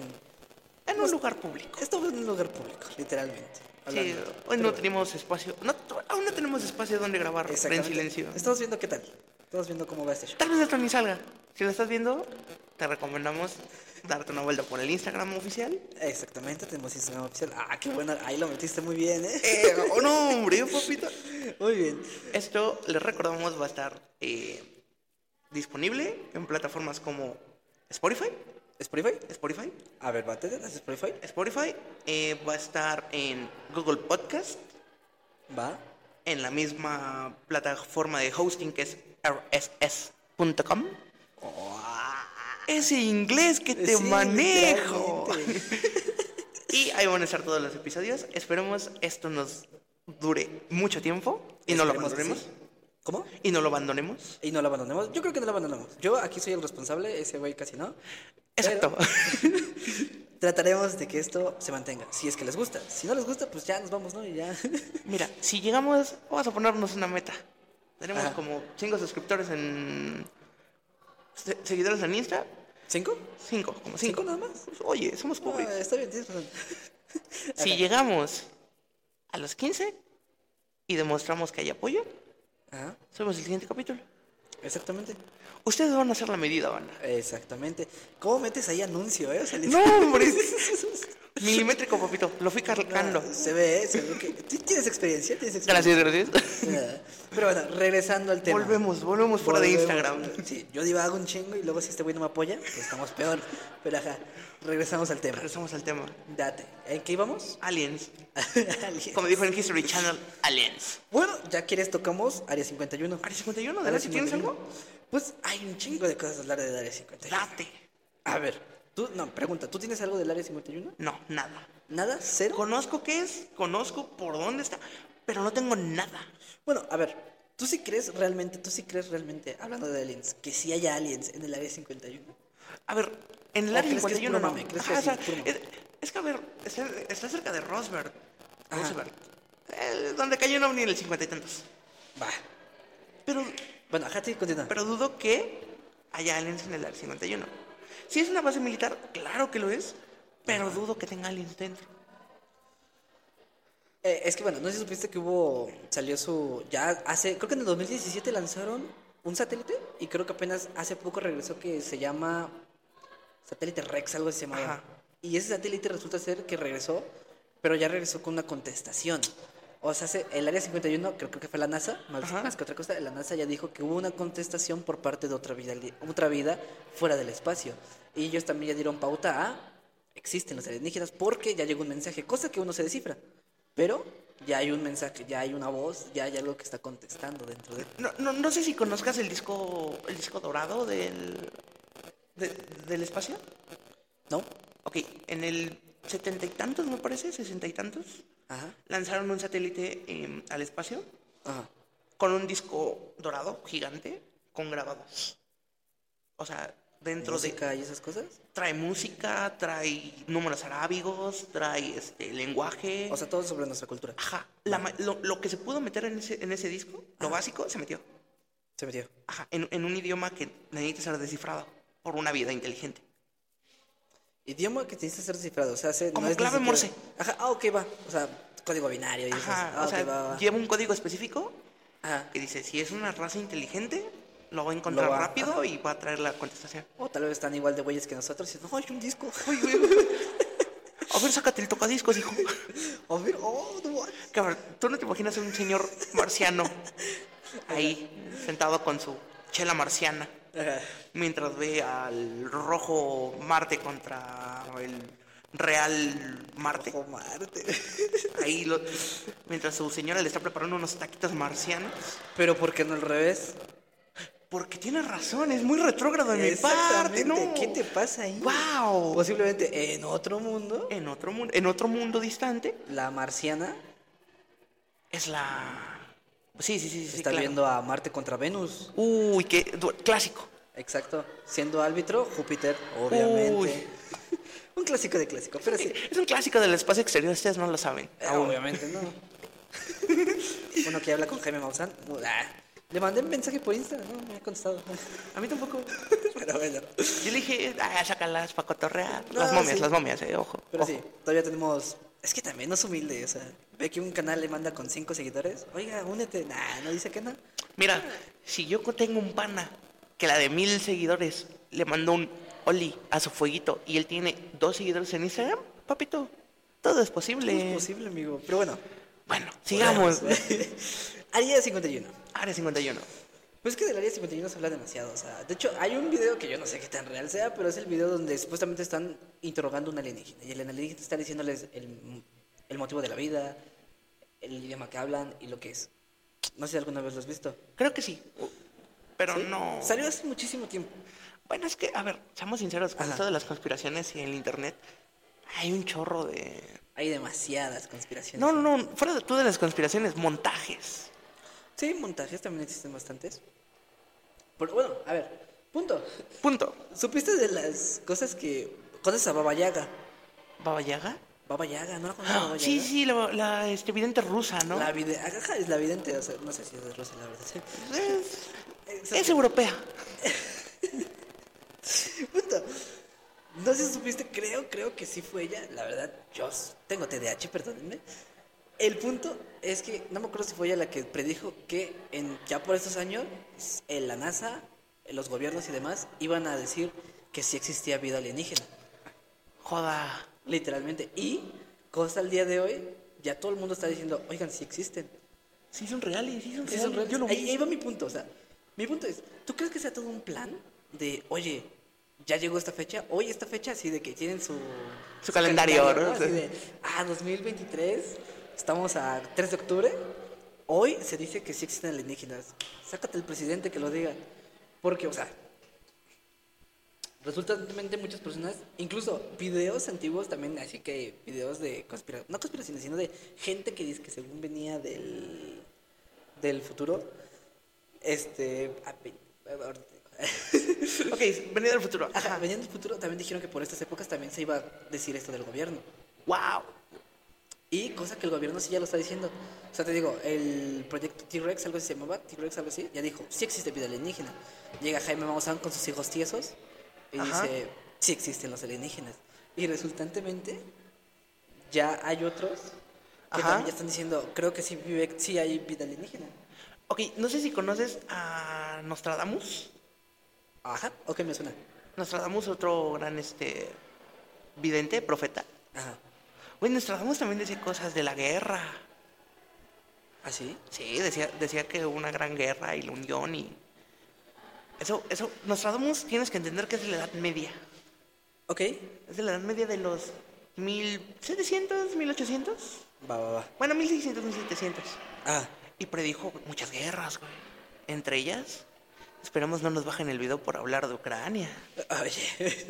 [SPEAKER 2] en un lugar público.
[SPEAKER 1] estamos en un lugar público, literalmente.
[SPEAKER 2] Sí,
[SPEAKER 1] hablando.
[SPEAKER 2] hoy no
[SPEAKER 1] Pero-
[SPEAKER 2] tenemos espacio. No, aún no tenemos espacio donde grabar en
[SPEAKER 1] Exactamente.
[SPEAKER 2] silencio.
[SPEAKER 1] Estamos viendo qué tal. Estamos viendo cómo va este show.
[SPEAKER 2] Tal vez esto ni salga. Si lo estás viendo, te recomendamos darte una vuelta por el Instagram oficial.
[SPEAKER 1] Exactamente, tenemos Instagram oficial. Ah, qué bueno. Ahí lo metiste muy bien, ¿eh?
[SPEAKER 2] Eh, oh, no, hombre, papito.
[SPEAKER 1] Muy bien.
[SPEAKER 2] Esto, les recordamos, va a estar eh, disponible en plataformas como Spotify.
[SPEAKER 1] ¿Spotify?
[SPEAKER 2] Spotify.
[SPEAKER 1] A ver, ¿va? ¿Te Spotify?
[SPEAKER 2] Spotify eh, va a estar en Google Podcast,
[SPEAKER 1] Va.
[SPEAKER 2] en la misma plataforma de hosting que es rss.com.
[SPEAKER 1] Oh,
[SPEAKER 2] Ese inglés que te
[SPEAKER 1] Sí,
[SPEAKER 2] manejo.
[SPEAKER 1] literalmente.
[SPEAKER 2] Y ahí van a estar todos los episodios. Esperemos esto nos dure mucho tiempo y no lo
[SPEAKER 1] Esperemos que
[SPEAKER 2] abandonemos.
[SPEAKER 1] sí. ¿Cómo?
[SPEAKER 2] Y no lo abandonemos.
[SPEAKER 1] Y no lo abandonemos. Yo creo que no lo abandonamos. Yo aquí soy el responsable, ese güey casi no.
[SPEAKER 2] Exacto.
[SPEAKER 1] Trataremos de que esto se mantenga. Si es que les gusta. Si no les gusta, pues ya nos vamos, ¿no? Y ya.
[SPEAKER 2] Mira, si llegamos, vamos a ponernos una meta. Tenemos
[SPEAKER 1] Ajá.
[SPEAKER 2] como 5 suscriptores en. se- seguidores en Insta.
[SPEAKER 1] ¿Cinco?
[SPEAKER 2] 5, como 5.
[SPEAKER 1] ¿Cinco nada más?
[SPEAKER 2] Oye, somos pobres.
[SPEAKER 1] Ah, está bien, tienes razón.
[SPEAKER 2] si
[SPEAKER 1] ajá.
[SPEAKER 2] llegamos a los 15 y demostramos que hay apoyo,
[SPEAKER 1] Ajá,
[SPEAKER 2] subimos el siguiente capítulo.
[SPEAKER 1] exactamente.
[SPEAKER 2] Ustedes van a hacer la medida, banda.
[SPEAKER 1] Exactamente. ¿Cómo metes ahí anuncio, eh? O sea, les-
[SPEAKER 2] No, hombre. Milimétrico, papito. Lo fui cargando.
[SPEAKER 1] Ah, se ve, eh, se ve que. ¿Tú ¿Tienes experiencia? ¿Tienes experiencia?
[SPEAKER 2] Gracias, gracias.
[SPEAKER 1] Nada. Pero bueno, regresando al tema.
[SPEAKER 2] Volvemos, volvemos fuera de
[SPEAKER 1] Volvemos.
[SPEAKER 2] Instagram.
[SPEAKER 1] Sí, yo divago un chingo y luego si este güey no me apoya, pues estamos peor. Pero ajá, regresamos al tema.
[SPEAKER 2] Regresamos al tema.
[SPEAKER 1] Date. ¿En qué íbamos?
[SPEAKER 2] Aliens.
[SPEAKER 1] Aliens.
[SPEAKER 2] Como dijo en History Channel, Aliens.
[SPEAKER 1] Bueno, ya quieres tocamos Área 51.
[SPEAKER 2] Área 51,
[SPEAKER 1] Área
[SPEAKER 2] ¿de si tienes
[SPEAKER 1] 51.
[SPEAKER 2] algo?
[SPEAKER 1] Pues hay un chingo de cosas hablar del Área 51.
[SPEAKER 2] Date.
[SPEAKER 1] A ver, tú, no, pregunta, ¿tú tienes algo del Área 51?
[SPEAKER 2] No, nada.
[SPEAKER 1] ¿Nada? ¿Cero?
[SPEAKER 2] Conozco qué es, conozco por dónde está, pero no tengo nada.
[SPEAKER 1] Bueno, a ver, ¿tú sí crees realmente, tú sí crees realmente, hablando de aliens, que sí haya aliens en el Área 51?
[SPEAKER 2] A ver, en el
[SPEAKER 1] ¿O
[SPEAKER 2] área
[SPEAKER 1] crees que es
[SPEAKER 2] 51
[SPEAKER 1] puro
[SPEAKER 2] no.
[SPEAKER 1] mame? ¿Crees que
[SPEAKER 2] Ajá, o
[SPEAKER 1] es
[SPEAKER 2] sea,
[SPEAKER 1] puro mame?
[SPEAKER 2] es, es que, a ver, está, está cerca de Rosberg.
[SPEAKER 1] Ajá.
[SPEAKER 2] Rosberg. Eh, donde cayó un ovni en el cincuenta y tantos.
[SPEAKER 1] Va.
[SPEAKER 2] Pero,
[SPEAKER 1] Bueno, ajá, sí, continúa.
[SPEAKER 2] pero dudo que haya aliens en el área 51. Si es una base militar, claro que lo es, pero dudo que tenga aliens dentro.
[SPEAKER 1] Eh, es que bueno, no sé si supiste que hubo, salió su, ya hace, creo que en el 2017 lanzaron un satélite y creo que apenas hace poco regresó que se llama satélite Rex, algo así se llamaba.
[SPEAKER 2] Ajá.
[SPEAKER 1] Y ese satélite resulta ser que regresó, pero ya regresó con una contestación. O sea, se- el Área 51, creo, creo que fue la NASA, más,
[SPEAKER 2] Ajá.
[SPEAKER 1] más que otra cosa, la NASA ya dijo que hubo una contestación por parte de otra vida, ali- otra vida fuera del espacio. Y ellos también ya dieron pauta a, existen los alienígenas porque ya llegó un mensaje, cosa que uno se descifra. Pero ya hay un mensaje, ya hay una voz, ya hay algo que está contestando dentro de...
[SPEAKER 2] No, no, no sé si conozcas el disco, el disco dorado del, de- del espacio.
[SPEAKER 1] ¿No?
[SPEAKER 2] Ok, en el setenta y tantos, me parece, sesenta y tantos,
[SPEAKER 1] Ajá.
[SPEAKER 2] lanzaron un satélite eh, al espacio
[SPEAKER 1] Ajá.
[SPEAKER 2] con un disco dorado gigante con grabados. O sea, dentro
[SPEAKER 1] ¿Música y esas cosas?
[SPEAKER 2] de... Trae música, trae números arábigos, trae este, lenguaje.
[SPEAKER 1] O sea, todo sobre nuestra cultura.
[SPEAKER 2] Ajá, la ma- lo, lo que se pudo meter en ese, en ese disco, lo básico, se metió.
[SPEAKER 1] Se metió.
[SPEAKER 2] Ajá, en, en un idioma que necesita ser descifrado por una vida inteligente.
[SPEAKER 1] Idioma que tienes que ser cifrado, o sea, se,
[SPEAKER 2] Como
[SPEAKER 1] es ni
[SPEAKER 2] clave
[SPEAKER 1] siquiera-
[SPEAKER 2] Morse.
[SPEAKER 1] Ajá, ah, ok, va. O sea, código binario y eso.
[SPEAKER 2] Ajá,
[SPEAKER 1] Ah,
[SPEAKER 2] o
[SPEAKER 1] ok,
[SPEAKER 2] sea,
[SPEAKER 1] va, va.
[SPEAKER 2] lleva un código específico
[SPEAKER 1] Ajá.
[SPEAKER 2] que dice, si es una raza inteligente, lo va a encontrar
[SPEAKER 1] Lo va-
[SPEAKER 2] rápido
[SPEAKER 1] ajá.
[SPEAKER 2] y va a traer la contestación.
[SPEAKER 1] O tal vez están igual de güeyes que nosotros y dicen, no, hay un disco.
[SPEAKER 2] A ver, sácate el tocadiscos, hijo.
[SPEAKER 1] A ver, oh, no. mames.
[SPEAKER 2] Cabrón, tú no te imaginas a un señor marciano ahí, sentado con su chela marciana,
[SPEAKER 1] Ajá.
[SPEAKER 2] mientras ve al rojo Marte contra el real Marte.
[SPEAKER 1] Ojo, Marte.
[SPEAKER 2] Ahí, lo- mientras su señora le está preparando unos taquitos marcianos.
[SPEAKER 1] Pero ¿por qué no al revés?
[SPEAKER 2] Porque tienes razón, es muy retrógrado en mi parte,
[SPEAKER 1] Exactamente.
[SPEAKER 2] ¿no?
[SPEAKER 1] ¿Qué te pasa ahí?
[SPEAKER 2] ¡Wow!
[SPEAKER 1] Posiblemente en otro mundo,
[SPEAKER 2] en otro mundo, en otro mundo distante,
[SPEAKER 1] la marciana
[SPEAKER 2] es la. Sí, sí, sí, sí.
[SPEAKER 1] está
[SPEAKER 2] claro.
[SPEAKER 1] viendo a Marte contra Venus.
[SPEAKER 2] Uy, qué du- clásico.
[SPEAKER 1] Exacto. Siendo árbitro, Júpiter, obviamente.
[SPEAKER 2] Uy.
[SPEAKER 1] Un clásico de clásico, pero sí.
[SPEAKER 2] Es un clásico del espacio exterior, ustedes no lo saben.
[SPEAKER 1] Eh,
[SPEAKER 2] aún.
[SPEAKER 1] obviamente no. Uno que habla con Jaime Maussan. no, ah. Le mandé un mensaje por Instagram, no me ha contestado.
[SPEAKER 2] A mí tampoco.
[SPEAKER 1] pero bueno.
[SPEAKER 2] Yo le dije, ah, sácalas para cotorrear.
[SPEAKER 1] No,
[SPEAKER 2] las momias,
[SPEAKER 1] sí.
[SPEAKER 2] las momias, eh, ojo.
[SPEAKER 1] Pero
[SPEAKER 2] ojo.
[SPEAKER 1] sí, todavía tenemos. Es que también no es humilde, o sea, ve que un canal le manda con cinco seguidores. Oiga, únete. Nah, no dice que no.
[SPEAKER 2] Mira, si yo co- tengo un pana que la de mil seguidores le mandó un Oli a su fueguito y él tiene dos seguidores en Instagram, papito, todo es
[SPEAKER 1] No
[SPEAKER 2] posible.
[SPEAKER 1] es posible, amigo. Pero bueno,
[SPEAKER 2] Bueno, sigamos.
[SPEAKER 1] volvemos. Área 51.
[SPEAKER 2] Área 51.
[SPEAKER 1] Pues es que del área 51 se habla demasiado, o sea, de hecho hay un video que yo no sé qué tan real sea, pero es el video donde supuestamente están interrogando a un alienígena y el alienígena está diciéndoles el, el motivo de la vida, el idioma que hablan y lo que es. No sé si alguna vez lo has visto.
[SPEAKER 2] Creo que sí. Pero
[SPEAKER 1] ¿Sí?
[SPEAKER 2] no.
[SPEAKER 1] Salió hace muchísimo tiempo.
[SPEAKER 2] Bueno, es que, a ver, seamos sinceros, con
[SPEAKER 1] Ajá.
[SPEAKER 2] esto de las conspiraciones y el internet, hay un chorro de.
[SPEAKER 1] Hay demasiadas conspiraciones.
[SPEAKER 2] No, no, no, fuera de tú de las conspiraciones, montajes.
[SPEAKER 1] Sí, montajes también existen bastantes. Pero bueno, a ver, punto.
[SPEAKER 2] Punto.
[SPEAKER 1] ¿Supiste de las cosas que... ¿Conoces a Baba Yaga?
[SPEAKER 2] ¿Baba Yaga?
[SPEAKER 1] Baba Yaga, ¿no la conoces a Baba
[SPEAKER 2] Sí,
[SPEAKER 1] Yaga?
[SPEAKER 2] sí, la, la este, vidente rusa, ¿no?
[SPEAKER 1] La vide- ajá, es la vidente, o sea, no sé si es de Rusia, la verdad. sí.
[SPEAKER 2] Es,
[SPEAKER 1] Exacto.
[SPEAKER 2] es europea.
[SPEAKER 1] Puta. No sé si supiste, creo, creo que sí fue ella. La verdad, yo s- tengo TDAH, perdónenme. El punto es que no me acuerdo si fue ella la que predijo que en, ya por estos años s- en la NASA, en los gobiernos y demás iban a decir que sí existía vida alienígena,
[SPEAKER 2] Joda.
[SPEAKER 1] literalmente. Y cosa al día de hoy, ya todo el mundo está diciendo, oigan, sí existen.
[SPEAKER 2] Sí son reales, sí son
[SPEAKER 1] Sí,
[SPEAKER 2] reales.
[SPEAKER 1] son reales.
[SPEAKER 2] Yo lo vi.
[SPEAKER 1] Ahí, ahí va mi punto, o sea, mi punto es, ¿tú crees que sea todo un plan de, oye, ya llegó esta fecha, hoy esta fecha, así de que tienen su...
[SPEAKER 2] Su calendario, ¿no?
[SPEAKER 1] Así de, ah, 2023, estamos a 3 de octubre, hoy se dice que sí existen alienígenas, sácate el presidente que lo diga, porque, o sea, resultantemente muchas personas, incluso videos antiguos también, así que videos de conspiración, no conspiraciones, sino de gente que dice que según venía del del futuro. Este. a- a- ahorita te digo.
[SPEAKER 2] Ok, venida del futuro.
[SPEAKER 1] Ajá, venían del futuro, también dijeron que por estas épocas también se iba a decir esto del gobierno.
[SPEAKER 2] Wow.
[SPEAKER 1] Y cosa que el gobierno sí ya lo está diciendo. O sea, te digo, el proyecto T-Rex, algo así se llamaba, T-Rex, algo así, ya dijo, sí existe vida alienígena. Llega Jaime Maussan con sus hijos tiesos y
[SPEAKER 2] Ajá.
[SPEAKER 1] dice, sí existen los alienígenas. Y resultantemente, ya hay otros que
[SPEAKER 2] Ajá.
[SPEAKER 1] también ya están diciendo, creo que sí, vive, sí hay vida alienígena.
[SPEAKER 2] Ok, no sé si conoces a Nostradamus.
[SPEAKER 1] Ajá, ok, me suena.
[SPEAKER 2] Nostradamus, otro gran este vidente, profeta.
[SPEAKER 1] Ajá.
[SPEAKER 2] Güey, Nostradamus también decía cosas de la guerra.
[SPEAKER 1] ¿Ah, sí?
[SPEAKER 2] Sí, decía, decía que hubo una gran guerra y la unión y. Eso, eso, Nostradamus tienes que entender que es de la Edad Media.
[SPEAKER 1] Ok.
[SPEAKER 2] Es de la Edad Media de los 1700, 1800.
[SPEAKER 1] Va, va, va.
[SPEAKER 2] Bueno, 1600, 1700.
[SPEAKER 1] Ah,
[SPEAKER 2] Y predijo muchas guerras, güey. Entre ellas, esperemos no nos bajen el video por hablar de Ucrania.
[SPEAKER 1] oye.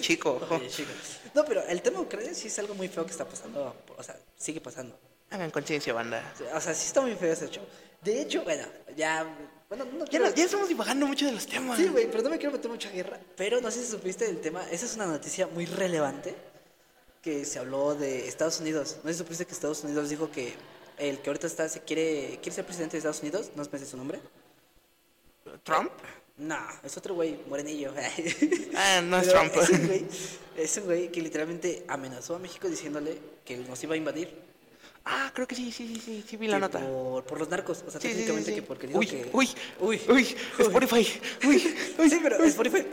[SPEAKER 2] chico.
[SPEAKER 1] Oye, chicos. No, pero el tema de Ucrania sí es algo muy feo que está pasando. O sea, sigue pasando.
[SPEAKER 2] Hagan conciencia, banda.
[SPEAKER 1] O sea, sí está muy feo ese show. De hecho, bueno, ya. Bueno, no
[SPEAKER 2] Ya,
[SPEAKER 1] quiero.
[SPEAKER 2] nos- ya estamos divagando mucho de los temas.
[SPEAKER 1] Sí, güey, pero no me quiero meter mucha guerra. Pero no sé si supiste del tema. Esa es una noticia muy relevante que se habló de Estados Unidos. No sé si supiste que Estados Unidos dijo que el que ahorita está se quiere quiere ser presidente de Estados Unidos. No me sé su nombre.
[SPEAKER 2] ¿Trump?
[SPEAKER 1] No, es otro güey, morenillo.
[SPEAKER 2] Ah, no es
[SPEAKER 1] Pero
[SPEAKER 2] Trump.
[SPEAKER 1] Es un, güey, es un güey que literalmente amenazó a México diciéndole que nos iba a invadir.
[SPEAKER 2] Ah, creo que sí, sí, sí, sí, sí vi la
[SPEAKER 1] que
[SPEAKER 2] nota.
[SPEAKER 1] Por, por los narcos. O sea,
[SPEAKER 2] Sí, sí, sí,
[SPEAKER 1] técnicamente
[SPEAKER 2] sí.
[SPEAKER 1] que porque dijo
[SPEAKER 2] Uy,
[SPEAKER 1] que.
[SPEAKER 2] uy,
[SPEAKER 1] uy,
[SPEAKER 2] uy, uy, Spotify, uy, uy.
[SPEAKER 1] Sí, pero Spotify.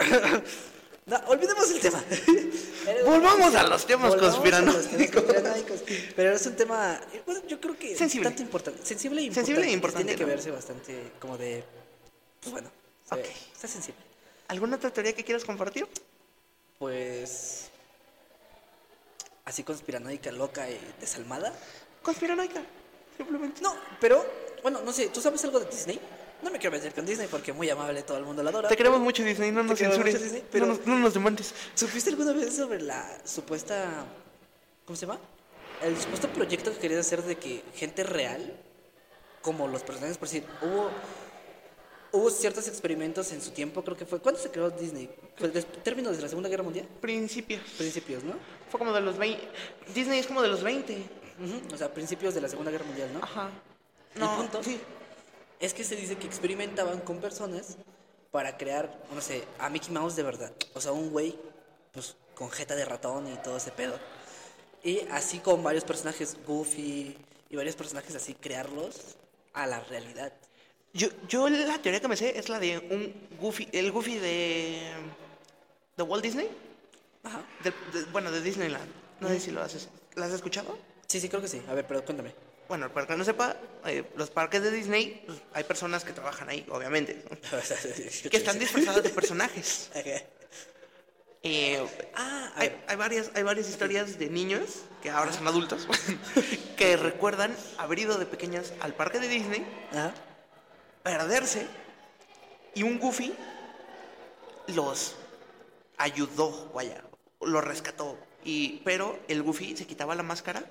[SPEAKER 1] no, olvidemos el tema. Era-
[SPEAKER 2] Volvamos a los temas
[SPEAKER 1] Volvamos a los
[SPEAKER 2] conspiranoicos.
[SPEAKER 1] temas conspiranoicos. Pero es un tema, eh, bueno, yo creo que
[SPEAKER 2] Sensible.
[SPEAKER 1] tanto importante, sensible e importante.
[SPEAKER 2] Sensible e
[SPEAKER 1] Tiene
[SPEAKER 2] importante,
[SPEAKER 1] que
[SPEAKER 2] ¿no?
[SPEAKER 1] verse bastante como de, pues bueno, se-
[SPEAKER 2] Ok.
[SPEAKER 1] está sensible.
[SPEAKER 2] ¿Alguna otra teoría que quieras compartir?
[SPEAKER 1] Pues así conspiranoica, loca y desalmada.
[SPEAKER 2] Conspiranoica, simplemente.
[SPEAKER 1] No, pero bueno, no sé, ¿tú sabes algo de Disney? No me quiero meter con Disney porque muy amable, todo el mundo la adora.
[SPEAKER 2] Te queremos mucho, Disney. No nos
[SPEAKER 1] queremos mucho,
[SPEAKER 2] censures.
[SPEAKER 1] Disney,
[SPEAKER 2] No
[SPEAKER 1] pero-
[SPEAKER 2] nos- no nos demandes.
[SPEAKER 1] ¿Supiste alguna vez sobre la supuesta. ¿Cómo se llama? El supuesto proyecto que querías hacer de que gente real, como los personajes, por decir, hubo. Hubo ciertos experimentos en su tiempo, creo que fue. ¿Cuándo se creó Disney? ¿Fue des- términos de la Segunda Guerra Mundial?
[SPEAKER 2] Principios.
[SPEAKER 1] Principios, ¿no?
[SPEAKER 2] Fue como de los 20. Disney es como de los 20.
[SPEAKER 1] Ujú, O sea, principios de la Segunda Guerra Mundial, ¿no?
[SPEAKER 2] Ajá.
[SPEAKER 1] El
[SPEAKER 2] No,
[SPEAKER 1] punto-
[SPEAKER 2] sí.
[SPEAKER 1] Es que se dice que experimentaban con personas para crear, no sé, a Mickey Mouse de verdad. O sea, un güey, pues, con jeta de ratón y todo ese pedo. Y así con varios personajes, Goofy y varios personajes así, crearlos a la realidad.
[SPEAKER 2] Yo, yo la teoría que me sé es la de un Goofy, el Goofy de, de Walt Disney,
[SPEAKER 1] Ajá.
[SPEAKER 2] del- de- bueno, de Disneyland. No sé si lo haces. ¿Las has escuchado?
[SPEAKER 1] Sí, sí, creo que sí. A ver, pero cuéntame.
[SPEAKER 2] Bueno, para que no sepa, eh, los parques de Disney, pues, hay personas que trabajan ahí, obviamente, ¿no? que están disfrazadas de personajes.
[SPEAKER 1] Ajá.
[SPEAKER 2] Eh,
[SPEAKER 1] Ah, a
[SPEAKER 2] hay,
[SPEAKER 1] ver.
[SPEAKER 2] hay varias, hay varias historias de niños que ahora son adultos que recuerdan haber ido de pequeños al parque de Disney
[SPEAKER 1] Ajá.
[SPEAKER 2] perderse y un Goofy los ayudó, vaya, los rescató. Y, pero el Goofy se quitaba la máscara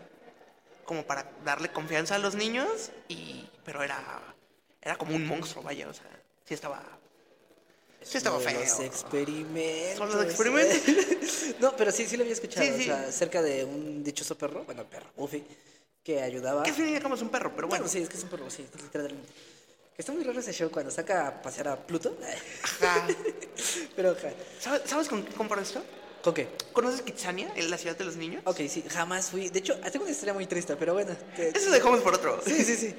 [SPEAKER 2] como para darle confianza a los niños y pero era era como un monstruo, vaya, o sea, sí estaba sí estaba
[SPEAKER 1] De
[SPEAKER 2] feo.
[SPEAKER 1] Los experimentos.
[SPEAKER 2] Son los experimentos.
[SPEAKER 1] eh. no, pero sí, sí lo había escuchado.
[SPEAKER 2] Sí,
[SPEAKER 1] O
[SPEAKER 2] sí.
[SPEAKER 1] sea, cerca de un dichoso perro, bueno, perro, Goofy, que ayudaba.
[SPEAKER 2] Que sí, como es un perro, pero
[SPEAKER 1] Bueno,
[SPEAKER 2] bueno.
[SPEAKER 1] sí, es que es un perro, sí, literalmente. Que está muy raro ese show cuando saca a pasear a Pluto.
[SPEAKER 2] Ajá.
[SPEAKER 1] Pero, ja.
[SPEAKER 2] ¿Sabes, sabes con qué comparo esto?
[SPEAKER 1] ¿con qué?
[SPEAKER 2] ¿Conoces Kitsania, en la ciudad de los niños?
[SPEAKER 1] Ok, sí, jamás fui. De hecho, tengo una historia muy triste, pero bueno. que-
[SPEAKER 2] Eso dejamos por otro.
[SPEAKER 1] Sí, sí, sí.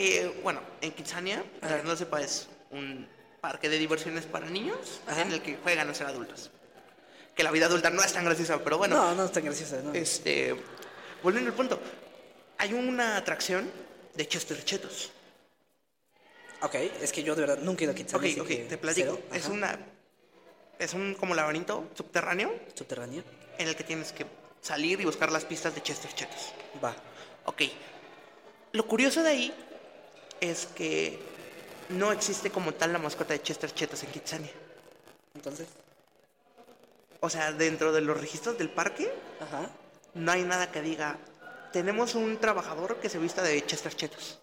[SPEAKER 2] Eh, bueno, en Kitsania, para que no lo sepa, es un parque de diversiones para niños
[SPEAKER 1] Ajá.
[SPEAKER 2] en el que juegan a ser adultos. Que la vida adulta no es tan graciosa, pero bueno.
[SPEAKER 1] no, no es tan graciosa, no.
[SPEAKER 2] Este, volviendo al punto, hay una atracción de Chester Chetos.
[SPEAKER 1] Ok, es que yo de verdad nunca he ido a Kitsania.
[SPEAKER 2] Ok,
[SPEAKER 1] así
[SPEAKER 2] ok,
[SPEAKER 1] que
[SPEAKER 2] te platico.
[SPEAKER 1] cero.
[SPEAKER 2] Es
[SPEAKER 1] Ajá.
[SPEAKER 2] una, es un como laberinto subterráneo
[SPEAKER 1] ¿Subterránea?
[SPEAKER 2] en el que tienes que salir y buscar las pistas de Chester Chetos.
[SPEAKER 1] Va.
[SPEAKER 2] Ok. Lo curioso de ahí es que no existe como tal la mascota de Chester Chetos en Kitsania.
[SPEAKER 1] Entonces,
[SPEAKER 2] O sea, dentro de los registros del parque
[SPEAKER 1] ajá.
[SPEAKER 2] no hay nada que diga, tenemos un trabajador que se vista de Chester Chetos.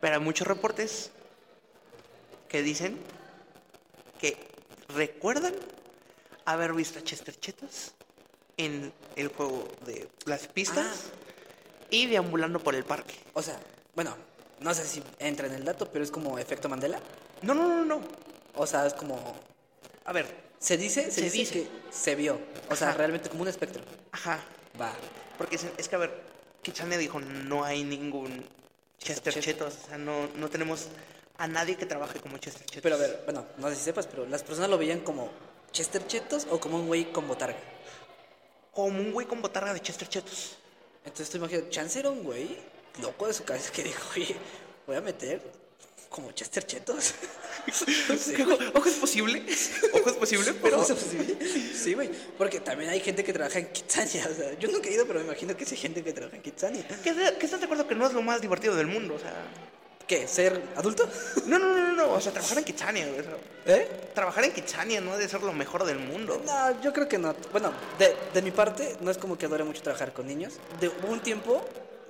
[SPEAKER 2] Pero hay muchos reportes que dicen que recuerdan haber visto a Chester Chetos en el juego de las pistas y deambulando por el parque.
[SPEAKER 1] O sea, bueno, no sé si entra en el dato, pero es como efecto Mandela.
[SPEAKER 2] No, no, no, no.
[SPEAKER 1] O sea, es como.
[SPEAKER 2] A ver,
[SPEAKER 1] Se dice, se,
[SPEAKER 2] Se
[SPEAKER 1] dice,
[SPEAKER 2] dice.
[SPEAKER 1] que se vio. O sea,
[SPEAKER 2] Ajá.
[SPEAKER 1] realmente como un espectro.
[SPEAKER 2] Ajá,
[SPEAKER 1] Va.
[SPEAKER 2] porque es, es que a ver, Kitsania dijo, no hay ningún Chester
[SPEAKER 1] Chester
[SPEAKER 2] Chetos, o sea, no, no tenemos a nadie que trabaje como Chester Chetos.
[SPEAKER 1] Pero a ver, bueno, no sé si sepas, pero las personas lo veían como Chester Chetos o como un güey con botarga.
[SPEAKER 2] Como un güey con botarga de Chester Chetos.
[SPEAKER 1] Entonces tú imaginas, chance era un güey loco de su cabeza que dijo, oye, voy a meter como Chester Chetos. No sé,
[SPEAKER 2] Ojo, ojo, es posible, ojo es posible, pero...
[SPEAKER 1] Pero sí, güey, porque también hay gente que trabaja en Kitsania. O sea, yo nunca he ido, pero me imagino que sí hay gente que trabaja en Kitsania.
[SPEAKER 2] ¿Qué, de- qué estás de acuerdo que no es lo más divertido del mundo? O sea,
[SPEAKER 1] ¿Qué? ¿Ser adulto?
[SPEAKER 2] no, no, no, no, no, o sea, trabajar en Kitsania, güey, o sea,
[SPEAKER 1] ¿Eh?
[SPEAKER 2] trabajar en Kitsania no ha de ser lo mejor del mundo.
[SPEAKER 1] No, yo creo que no. Bueno, de, de mi parte, no es como que adore mucho trabajar con niños. De hubo un tiempo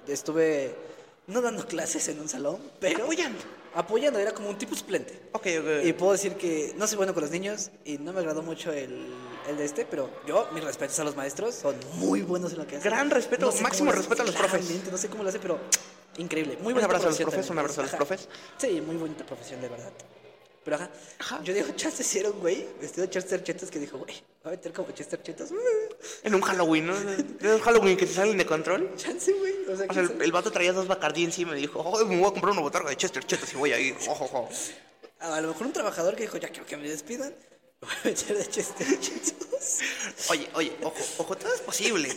[SPEAKER 1] estuve no dando clases en un salón, pero
[SPEAKER 2] Apoyan.
[SPEAKER 1] apoyando, era como un tipo suplente.
[SPEAKER 2] Ok,
[SPEAKER 1] Y
[SPEAKER 2] ok.
[SPEAKER 1] puedo decir que no soy bueno con los niños y no me agradó mucho el, el de este, pero yo, mis respetos a los maestros, son muy buenos en lo que hacen.
[SPEAKER 2] Gran respeto,
[SPEAKER 1] cómo
[SPEAKER 2] máximo
[SPEAKER 1] lo hacen,
[SPEAKER 2] respeto a los profes.
[SPEAKER 1] claramente, No sé cómo lo hacen, pero increíble. Muy
[SPEAKER 2] Un
[SPEAKER 1] bonita
[SPEAKER 2] abrazo a los
[SPEAKER 1] profesión
[SPEAKER 2] profes,
[SPEAKER 1] también.
[SPEAKER 2] un abrazo a los
[SPEAKER 1] Ajá.
[SPEAKER 2] profes.
[SPEAKER 1] Sí, muy bonita profesión, de verdad. Pero ajá,
[SPEAKER 2] Ajá.
[SPEAKER 1] yo digo, chance si era un güey vestido de Chester Chetos que dijo, güey, va a meter como Chester Chetos. Mm,
[SPEAKER 2] En un Halloween, ¿no? De esos Halloween que te salen de control.
[SPEAKER 1] Chance, güey. O sea,
[SPEAKER 2] O sea,
[SPEAKER 1] quién
[SPEAKER 2] el,
[SPEAKER 1] sabe.
[SPEAKER 2] el vato traía dos Bacardí encima y me dijo, "Ay, me voy a comprar una botarga de Chester Chetos y voy a ir. Ojo, ojo.
[SPEAKER 1] Ah, a lo mejor un trabajador que dijo, ya quiero que me despidan, me voy a meter de Chester Chetos.
[SPEAKER 2] Oye, oye, ojo, ojo, todo es posible.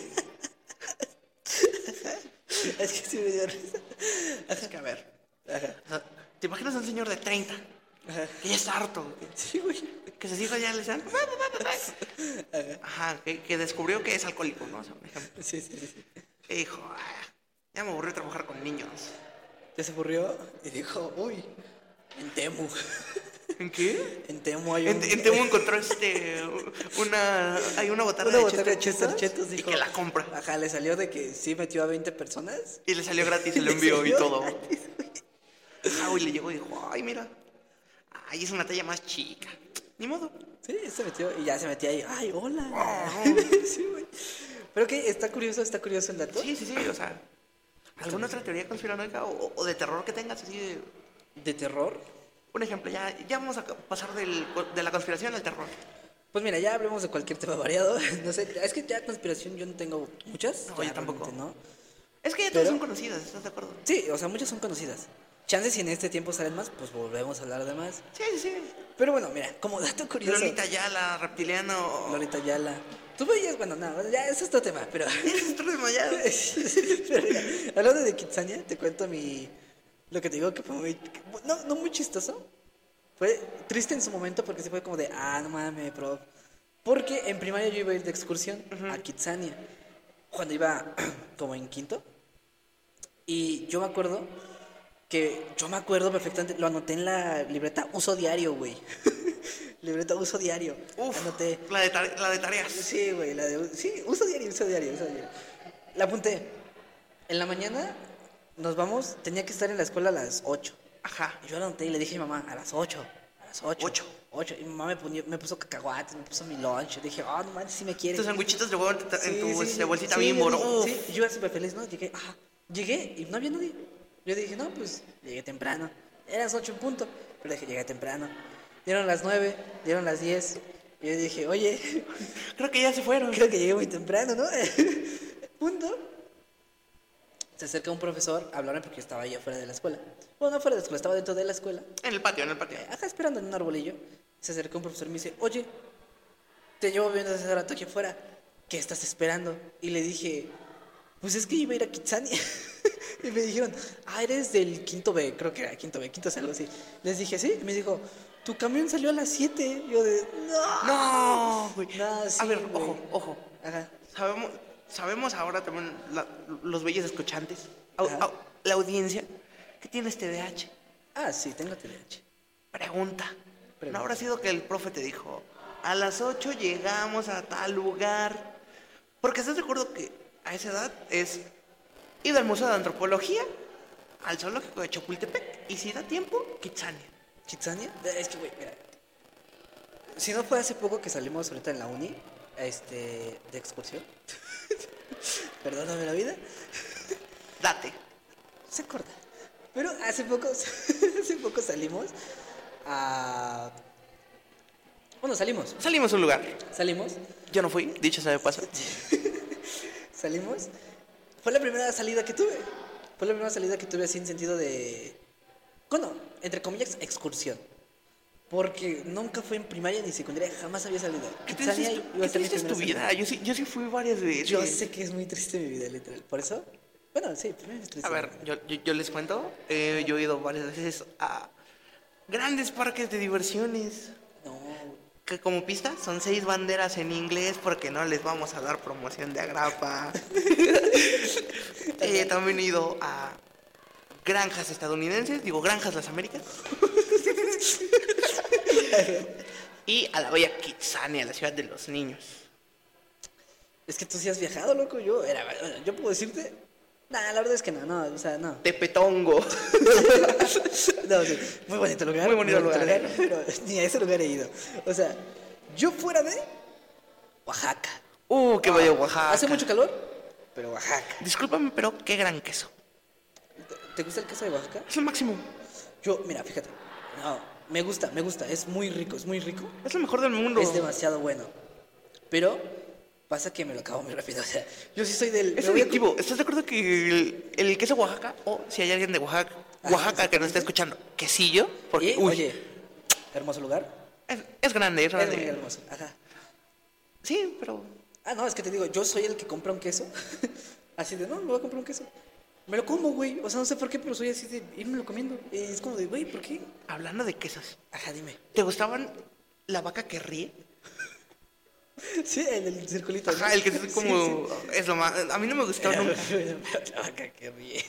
[SPEAKER 1] es que sí me dio risa.
[SPEAKER 2] Es que a ver,
[SPEAKER 1] Ajá.
[SPEAKER 2] o sea, ¿te imaginas a un señor de 30
[SPEAKER 1] Ajá.
[SPEAKER 2] que ya está harto? que-
[SPEAKER 1] Sí, güey.
[SPEAKER 2] Que sus hijos ya le están... Ajá, que, que descubrió que es alcohólico, ¿no? O sea, por ejemplo,
[SPEAKER 1] Sí, sí, sí.
[SPEAKER 2] e dijo, "Ah, ya me aburrió trabajar con niños.
[SPEAKER 1] Ya se aburrió y dijo, uy, En Temu.
[SPEAKER 2] ¿En qué?
[SPEAKER 1] En Temu hay un...
[SPEAKER 2] En, en Temu encontró este una hay una botarga
[SPEAKER 1] Una botarga
[SPEAKER 2] de
[SPEAKER 1] de
[SPEAKER 2] Chester
[SPEAKER 1] Chester
[SPEAKER 2] Chetos
[SPEAKER 1] Chetos,
[SPEAKER 2] y
[SPEAKER 1] dijo.
[SPEAKER 2] que la compra
[SPEAKER 1] Ajá, le salió de que sí metió a 20 personas.
[SPEAKER 2] y le salió gratis el
[SPEAKER 1] Le
[SPEAKER 2] envío y
[SPEAKER 1] salió
[SPEAKER 2] todo. Ah, y le llegó y dijo, "Ay, mira. Ay, es una talla más chica." Ni modo.
[SPEAKER 1] Sí, se metió y ya se metía ahí. ¡Ay, hola! sí, güey. Pero que está curioso, está curioso el dato.
[SPEAKER 2] Sí, sí, sí, o sea, ¿alguna otra teoría conspiranoica o, o de terror que tengas así de
[SPEAKER 1] De terror.
[SPEAKER 2] un ejemplo, ya, ya vamos a pasar del, de la conspiración al terror.
[SPEAKER 1] Pues mira, ya hablemos de cualquier tema variado. No sé, es que ya conspiración yo no tengo muchas.
[SPEAKER 2] No,
[SPEAKER 1] ya
[SPEAKER 2] yo tampoco.
[SPEAKER 1] realmente ¿no?
[SPEAKER 2] Es que ya todas
[SPEAKER 1] Pero-
[SPEAKER 2] son conocidas, ¿estás de acuerdo?
[SPEAKER 1] Sí, o sea, muchas son conocidas. Chances si en este tiempo salen más, pues volvemos a hablar de más.
[SPEAKER 2] Sí, sí, sí.
[SPEAKER 1] Pero bueno, mira, como dato curioso.
[SPEAKER 2] Lolita Yala, reptiliano.
[SPEAKER 1] Lolita Yala. Tú veías, bueno, no, ya es otro tema, pero.
[SPEAKER 2] Ese es otro tema ya.
[SPEAKER 1] Pero mira, hablando de Kitsania, te cuento mi. Lo que te digo que fue muy. No, no muy chistoso. Fue triste en su momento porque se fue como de, ah, no mames, bro. Porque en primaria yo iba a ir de excursión a Kitsania. Cuando iba como en quinto. Y yo me acuerdo que yo me acuerdo perfectamente, lo anoté en la libreta uso diario, güey. libreta uso diario.
[SPEAKER 2] Uf,
[SPEAKER 1] Anoté.
[SPEAKER 2] la de, tar- la de tareas.
[SPEAKER 1] Sí, güey, la de. Sí, uso diario, uso diario, uso diario. La apunté. En la mañana nos vamos, tenía que estar en la escuela a las 8.
[SPEAKER 2] Ajá.
[SPEAKER 1] Y yo la anoté y le dije a mi mamá, a las 8. A las 8.
[SPEAKER 2] Ocho.
[SPEAKER 1] 8. Y mi mamá me, ponía- me puso cacahuates, me puso mi lunch. Dije, oh, no manches, si me quiere.
[SPEAKER 2] Tus sanguichitos de huevo en tu, en tu,
[SPEAKER 1] Sí, sí,
[SPEAKER 2] este,
[SPEAKER 1] sí.
[SPEAKER 2] bolsita
[SPEAKER 1] Sí,
[SPEAKER 2] bimbo,
[SPEAKER 1] yo
[SPEAKER 2] ¿no?
[SPEAKER 1] dije,
[SPEAKER 2] Uf.
[SPEAKER 1] Sí, yo era súper feliz, ¿no? Llegué, ajá, llegué y no había nadie. Yo dije, no, pues llegué temprano. Eran las 8 en punto, pero dije, llegué temprano. Dieron las 9, dieron las 10. Y yo dije, oye,
[SPEAKER 2] Creo que ya se fueron.
[SPEAKER 1] creo que llegué muy temprano, ¿no? punto. Se acerca un profesor a hablarme porque yo estaba ahí afuera de la escuela. Bueno, no afuera de la escuela, estaba dentro de la escuela.
[SPEAKER 2] En el patio, en el patio.
[SPEAKER 1] Acá esperando en un arbolillo, se acercó un profesor y me dice, oye, te llevo viendo desde hace rato aquí afuera, ¿qué estás esperando? Y le dije, pues es que iba a ir a Kitsania. y me dijeron, ah, eres del quinto B, creo que era quinto B, quinto C, algo así. Les dije, sí, y me dijo, tu camión salió a las 7. Yo de, no.
[SPEAKER 2] No, güey.
[SPEAKER 1] No,
[SPEAKER 2] a
[SPEAKER 1] sí,
[SPEAKER 2] ver,
[SPEAKER 1] güey.
[SPEAKER 2] ojo, ojo.
[SPEAKER 1] Ajá.
[SPEAKER 2] Sabemos, sabemos ahora también la- los bellos escuchantes, au-
[SPEAKER 1] Ajá.
[SPEAKER 2] au- la audiencia, que tienes TDAH.
[SPEAKER 1] Ah, sí, tengo TDAH.
[SPEAKER 2] Pregunta. ¿No
[SPEAKER 1] Pregunta.
[SPEAKER 2] habrá sido que el profe te dijo, a las 8 llegamos a tal lugar? Porque estás de acuerdo que a esa edad es ir al Museo de Antropología, al Zoológico de Chapultepec y si da tiempo, Kitsania.
[SPEAKER 1] ¿Kitsania? Es que, güey, mira. Si no fue hace poco que salimos ahorita en la uni, este, de excursión. Perdóname la vida.
[SPEAKER 2] Date.
[SPEAKER 1] se corta. Pero hace poco, hace poco salimos a... Bueno, salimos,
[SPEAKER 2] Salimos a un lugar.
[SPEAKER 1] salimos,
[SPEAKER 2] Yo no fui, dicho sea de paso.
[SPEAKER 1] salimos. Fue la primera salida que tuve. Fue la primera salida que tuve así en sentido de... Bueno, entre comillas, excursión. Porque nunca fue en primaria ni secundaria, jamás había salido.
[SPEAKER 2] ¿Qué
[SPEAKER 1] Quizá ni
[SPEAKER 2] triste, es
[SPEAKER 1] ahí
[SPEAKER 2] tu-
[SPEAKER 1] iba
[SPEAKER 2] qué
[SPEAKER 1] a ser mi
[SPEAKER 2] triste es tu
[SPEAKER 1] primera
[SPEAKER 2] vida? Yo sí, yo sí fui varias veces.
[SPEAKER 1] Yo sé que es muy triste mi vida, literal. Por eso, bueno, sí, primero es triste.
[SPEAKER 2] A ver, yo, yo- yo les cuento. eh, yo he ido varias veces a grandes parques de diversiones.
[SPEAKER 1] No,
[SPEAKER 2] que como pista son seis banderas en inglés porque no les vamos a dar promoción de agrapa. Eh, también he ido a granjas estadounidenses, digo granjas las Américas. y a la bella Kitsania, la ciudad de los niños.
[SPEAKER 1] es que tú sí has viajado, loco. Yo, era, bueno, yo puedo decirte... Nah, la verdad es que no, no, o sea, no.
[SPEAKER 2] Tepetongo.
[SPEAKER 1] No, sí, muy bonito lugar.
[SPEAKER 2] Muy bonito lugar. ¿eh?
[SPEAKER 1] Pero ni a ese lugar he ido. O sea, yo fuera de Oaxaca.
[SPEAKER 2] Uh, qué bello Oaxaca.
[SPEAKER 1] Ah, Hace mucho calor, pero Oaxaca.
[SPEAKER 2] Discúlpame, pero qué gran queso.
[SPEAKER 1] ¿Te- ¿Te gusta el queso de Oaxaca?
[SPEAKER 2] Es lo máximo.
[SPEAKER 1] Yo, mira, fíjate. No, me gusta, me gusta. Es muy rico, es muy rico.
[SPEAKER 2] Es lo mejor del mundo.
[SPEAKER 1] Es demasiado bueno. Pero pasa que me lo acabo muy rápido. O sea, yo sí soy del.
[SPEAKER 2] Es
[SPEAKER 1] me voy a
[SPEAKER 2] subjetivo. ¿Estás de acuerdo que el, el queso Oaxaca, o si hay alguien de Oaxaca,
[SPEAKER 1] Ajá,
[SPEAKER 2] Oaxaca que nos está escuchando, quesillo?
[SPEAKER 1] comer-
[SPEAKER 2] Porque,
[SPEAKER 1] Y,
[SPEAKER 2] uy,
[SPEAKER 1] ¿Eh? oye, hermoso lugar.
[SPEAKER 2] es, es grande,
[SPEAKER 1] Es
[SPEAKER 2] es
[SPEAKER 1] muy
[SPEAKER 2] grande.
[SPEAKER 1] hermoso. Ajá.
[SPEAKER 2] sí, pero
[SPEAKER 1] Ah, no, es que te digo, yo soy el que compra un queso. así de, no, me voy a comprar un queso. Me lo como, güey. O sea, no sé por qué, pero soy así de irme lo comiendo. Y es como de, güey, ¿por qué?
[SPEAKER 2] hablando de quesos,
[SPEAKER 1] Ajá, dime.
[SPEAKER 2] ¿te gustaban la vaca que ríe?
[SPEAKER 1] Sí, el, el circulito. ¿no?
[SPEAKER 2] Ajá, el que es
[SPEAKER 1] Sí,
[SPEAKER 2] como, es lo más, a mí no me
[SPEAKER 1] sí.
[SPEAKER 2] gustó nunca.
[SPEAKER 1] La vaca que ríe.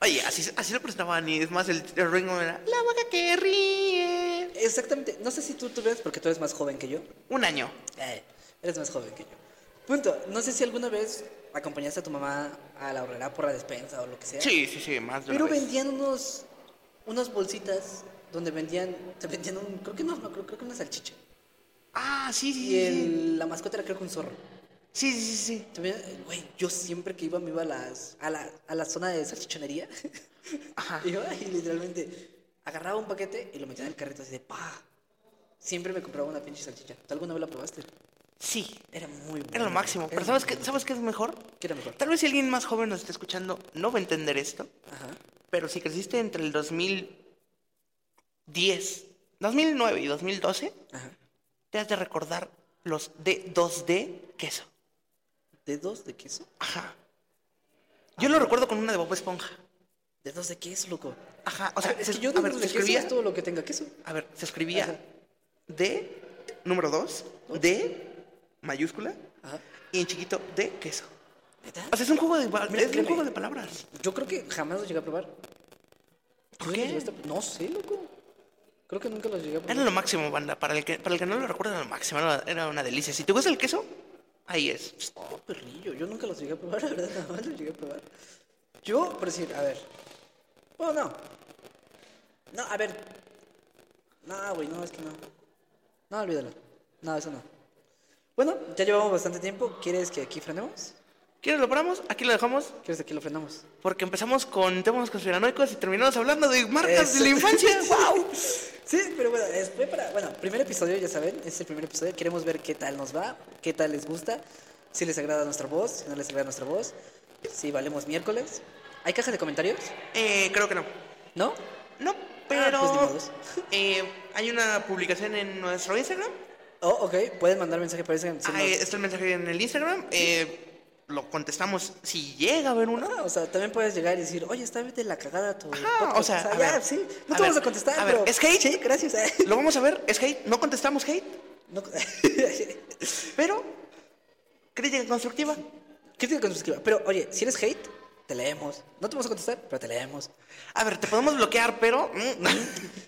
[SPEAKER 2] Oye, así, así lo presentaban y es más, el, el ritmo era La vaca que ríe.
[SPEAKER 1] Exactamente. No sé si tú, tú ves, porque tú eres más joven que yo.
[SPEAKER 2] Un año.
[SPEAKER 1] Eh, eres más joven que yo. Punto. No sé si alguna vez acompañaste a tu mamá a la horrera por la despensa o lo que sea.
[SPEAKER 2] Sí, sí, sí, más de una
[SPEAKER 1] ¿Eh? Pero
[SPEAKER 2] vez.
[SPEAKER 1] vendían unos, unas bolsitas donde vendían, te vendían un, creo que no, no, creo, creo que una salchicha.
[SPEAKER 2] Ah, sí, sí,
[SPEAKER 1] Y
[SPEAKER 2] sí, sí.
[SPEAKER 1] el- la mascota era creo que un zorro.
[SPEAKER 2] Sí, sí, sí, sí.
[SPEAKER 1] Te vendían- eh, Güey, yo siempre que iba me iba a, las, a, la, a la zona de salchichonería.
[SPEAKER 2] Ajá.
[SPEAKER 1] iba y literalmente agarraba un paquete y lo metía en el carrito así de pa. Siempre me compraba una pinche salchicha. ¿Tú alguna vez la probaste?
[SPEAKER 2] Sí,
[SPEAKER 1] Era muy buena.
[SPEAKER 2] era lo máximo. Pero
[SPEAKER 1] Era
[SPEAKER 2] ¿sabes
[SPEAKER 1] muy
[SPEAKER 2] qué,
[SPEAKER 1] buena.
[SPEAKER 2] ¿sabes qué es mejor?
[SPEAKER 1] Eh, ¿Qué era mejor?
[SPEAKER 2] Tal vez si alguien más joven nos está escuchando no va a entender esto,
[SPEAKER 1] Ajá.
[SPEAKER 2] pero si creciste entre el 2010, 2009 y 2012,
[SPEAKER 1] Ajá.
[SPEAKER 2] te has de recordar los de 2D queso.
[SPEAKER 1] ¿Dedos de queso?
[SPEAKER 2] Ajá. Yo lo recuerdo con una de Bob Esponja.
[SPEAKER 1] ¿Dedos de queso, loco? Ah,
[SPEAKER 2] Ajá, o sea,
[SPEAKER 1] es
[SPEAKER 2] se-
[SPEAKER 1] que yo
[SPEAKER 2] a ver,
[SPEAKER 1] dedos
[SPEAKER 2] se
[SPEAKER 1] de queso
[SPEAKER 2] escribía,
[SPEAKER 1] es todo lo que tenga queso.
[SPEAKER 2] a ver, se escribía
[SPEAKER 1] Ajá.
[SPEAKER 2] D, número 2, D, mayúscula,
[SPEAKER 1] Ajá.
[SPEAKER 2] y en chiquito D, queso.
[SPEAKER 1] ¿Neta?
[SPEAKER 2] O sea, es un juego de, pa-
[SPEAKER 1] Mira,
[SPEAKER 2] es un
[SPEAKER 1] créeme.
[SPEAKER 2] juego de palabras.
[SPEAKER 1] Yo creo que jamás los llegué a probar.
[SPEAKER 2] ¿Por
[SPEAKER 1] ¿Tú
[SPEAKER 2] qué?
[SPEAKER 1] los llegaste a- No sé, loco. Creo que nunca los llegué a probar.
[SPEAKER 2] Era lo máximo, banda. Para el que, para el que no lo recuerda, era lo máximo. Era, era una delicia. Si te gusta el queso, ahí es.
[SPEAKER 1] Oh, perrillo. Yo nunca los llegué a probar, la verdad. Nada más los llegué a probar. Yo, por decir, a ver. Bueno, no. No, a ver. No, güey, no, es que no. No, olvídalo. No, eso no. Bueno, ya llevamos bastante tiempo. ¿Quieres que aquí frenemos?
[SPEAKER 2] ¿Quieres lo paramos? Aquí lo dejamos.
[SPEAKER 1] ¿Quieres que aquí lo frenamos?
[SPEAKER 2] Porque empezamos con temas conspiranoicos y terminamos hablando de marcas de
[SPEAKER 1] Eso.
[SPEAKER 2] la infancia. ¡Wow!
[SPEAKER 1] Sí, pero bueno, es- fue para, bueno, primer episodio, ya saben, es el primer episodio. Queremos ver qué tal nos va, qué tal les gusta, si les agrada nuestra voz, si no les agrada nuestra voz, si valemos miércoles. ¿Hay caja de comentarios?
[SPEAKER 2] Eh, creo que no.
[SPEAKER 1] ¿No?
[SPEAKER 2] No, pero.
[SPEAKER 1] pues ni modos.
[SPEAKER 2] eh, hay una publicación en nuestro Instagram.
[SPEAKER 1] Oh, ok, pueden mandar mensaje para eso. si
[SPEAKER 2] Ah,
[SPEAKER 1] no-
[SPEAKER 2] eh, está el mensaje en el Instagram. Eh, lo contestamos si llega a haber uno.
[SPEAKER 1] Ah, o sea, también puedes llegar y decir, oye, está de la cagada tu.
[SPEAKER 2] Ajá, o sea, a
[SPEAKER 1] ya,
[SPEAKER 2] ver,
[SPEAKER 1] sí, no
[SPEAKER 2] a
[SPEAKER 1] te
[SPEAKER 2] ver,
[SPEAKER 1] vamos a contestar,
[SPEAKER 2] a ver,
[SPEAKER 1] pero-
[SPEAKER 2] ¿es hate?
[SPEAKER 1] Sí, gracias.
[SPEAKER 2] Lo vamos a ver. Es hate. No contestamos hate,
[SPEAKER 1] No-
[SPEAKER 2] pero. Crítica constructiva.
[SPEAKER 1] Crítica constructiva. Pero, oye, si eres hate, te leemos. No te vamos a contestar, pero te leemos.
[SPEAKER 2] A ver, te podemos bloquear, pero. mm,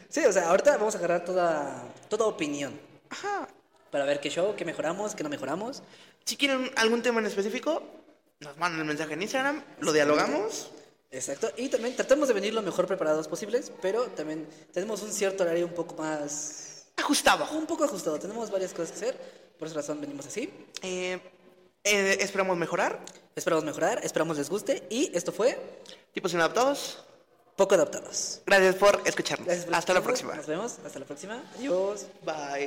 [SPEAKER 1] Sí, o sea, ahorita vamos a agarrar toda, toda opinión
[SPEAKER 2] Ajá.
[SPEAKER 1] para ver qué show, qué mejoramos, qué no mejoramos.
[SPEAKER 2] Si quieren algún tema en específico, nos mandan el mensaje en Instagram, lo dialogamos.
[SPEAKER 1] Exacto. Y también tratamos de venir lo mejor preparados posibles, pero también tenemos un cierto horario un poco más...
[SPEAKER 2] Ajustado.
[SPEAKER 1] Un poco ajustado. Tenemos varias cosas que hacer. Por esa razón venimos así.
[SPEAKER 2] Eh, eh, esperamos mejorar.
[SPEAKER 1] Esperamos mejorar, esperamos les guste. Y esto fue
[SPEAKER 2] Tipos inadaptados.
[SPEAKER 1] Poco Adaptados.
[SPEAKER 2] Gracias por escucharnos.
[SPEAKER 1] Gracias por
[SPEAKER 2] Hasta la
[SPEAKER 1] escucharnos.
[SPEAKER 2] próxima.
[SPEAKER 1] Nos vemos. Hasta la próxima. Adiós.
[SPEAKER 2] Bye.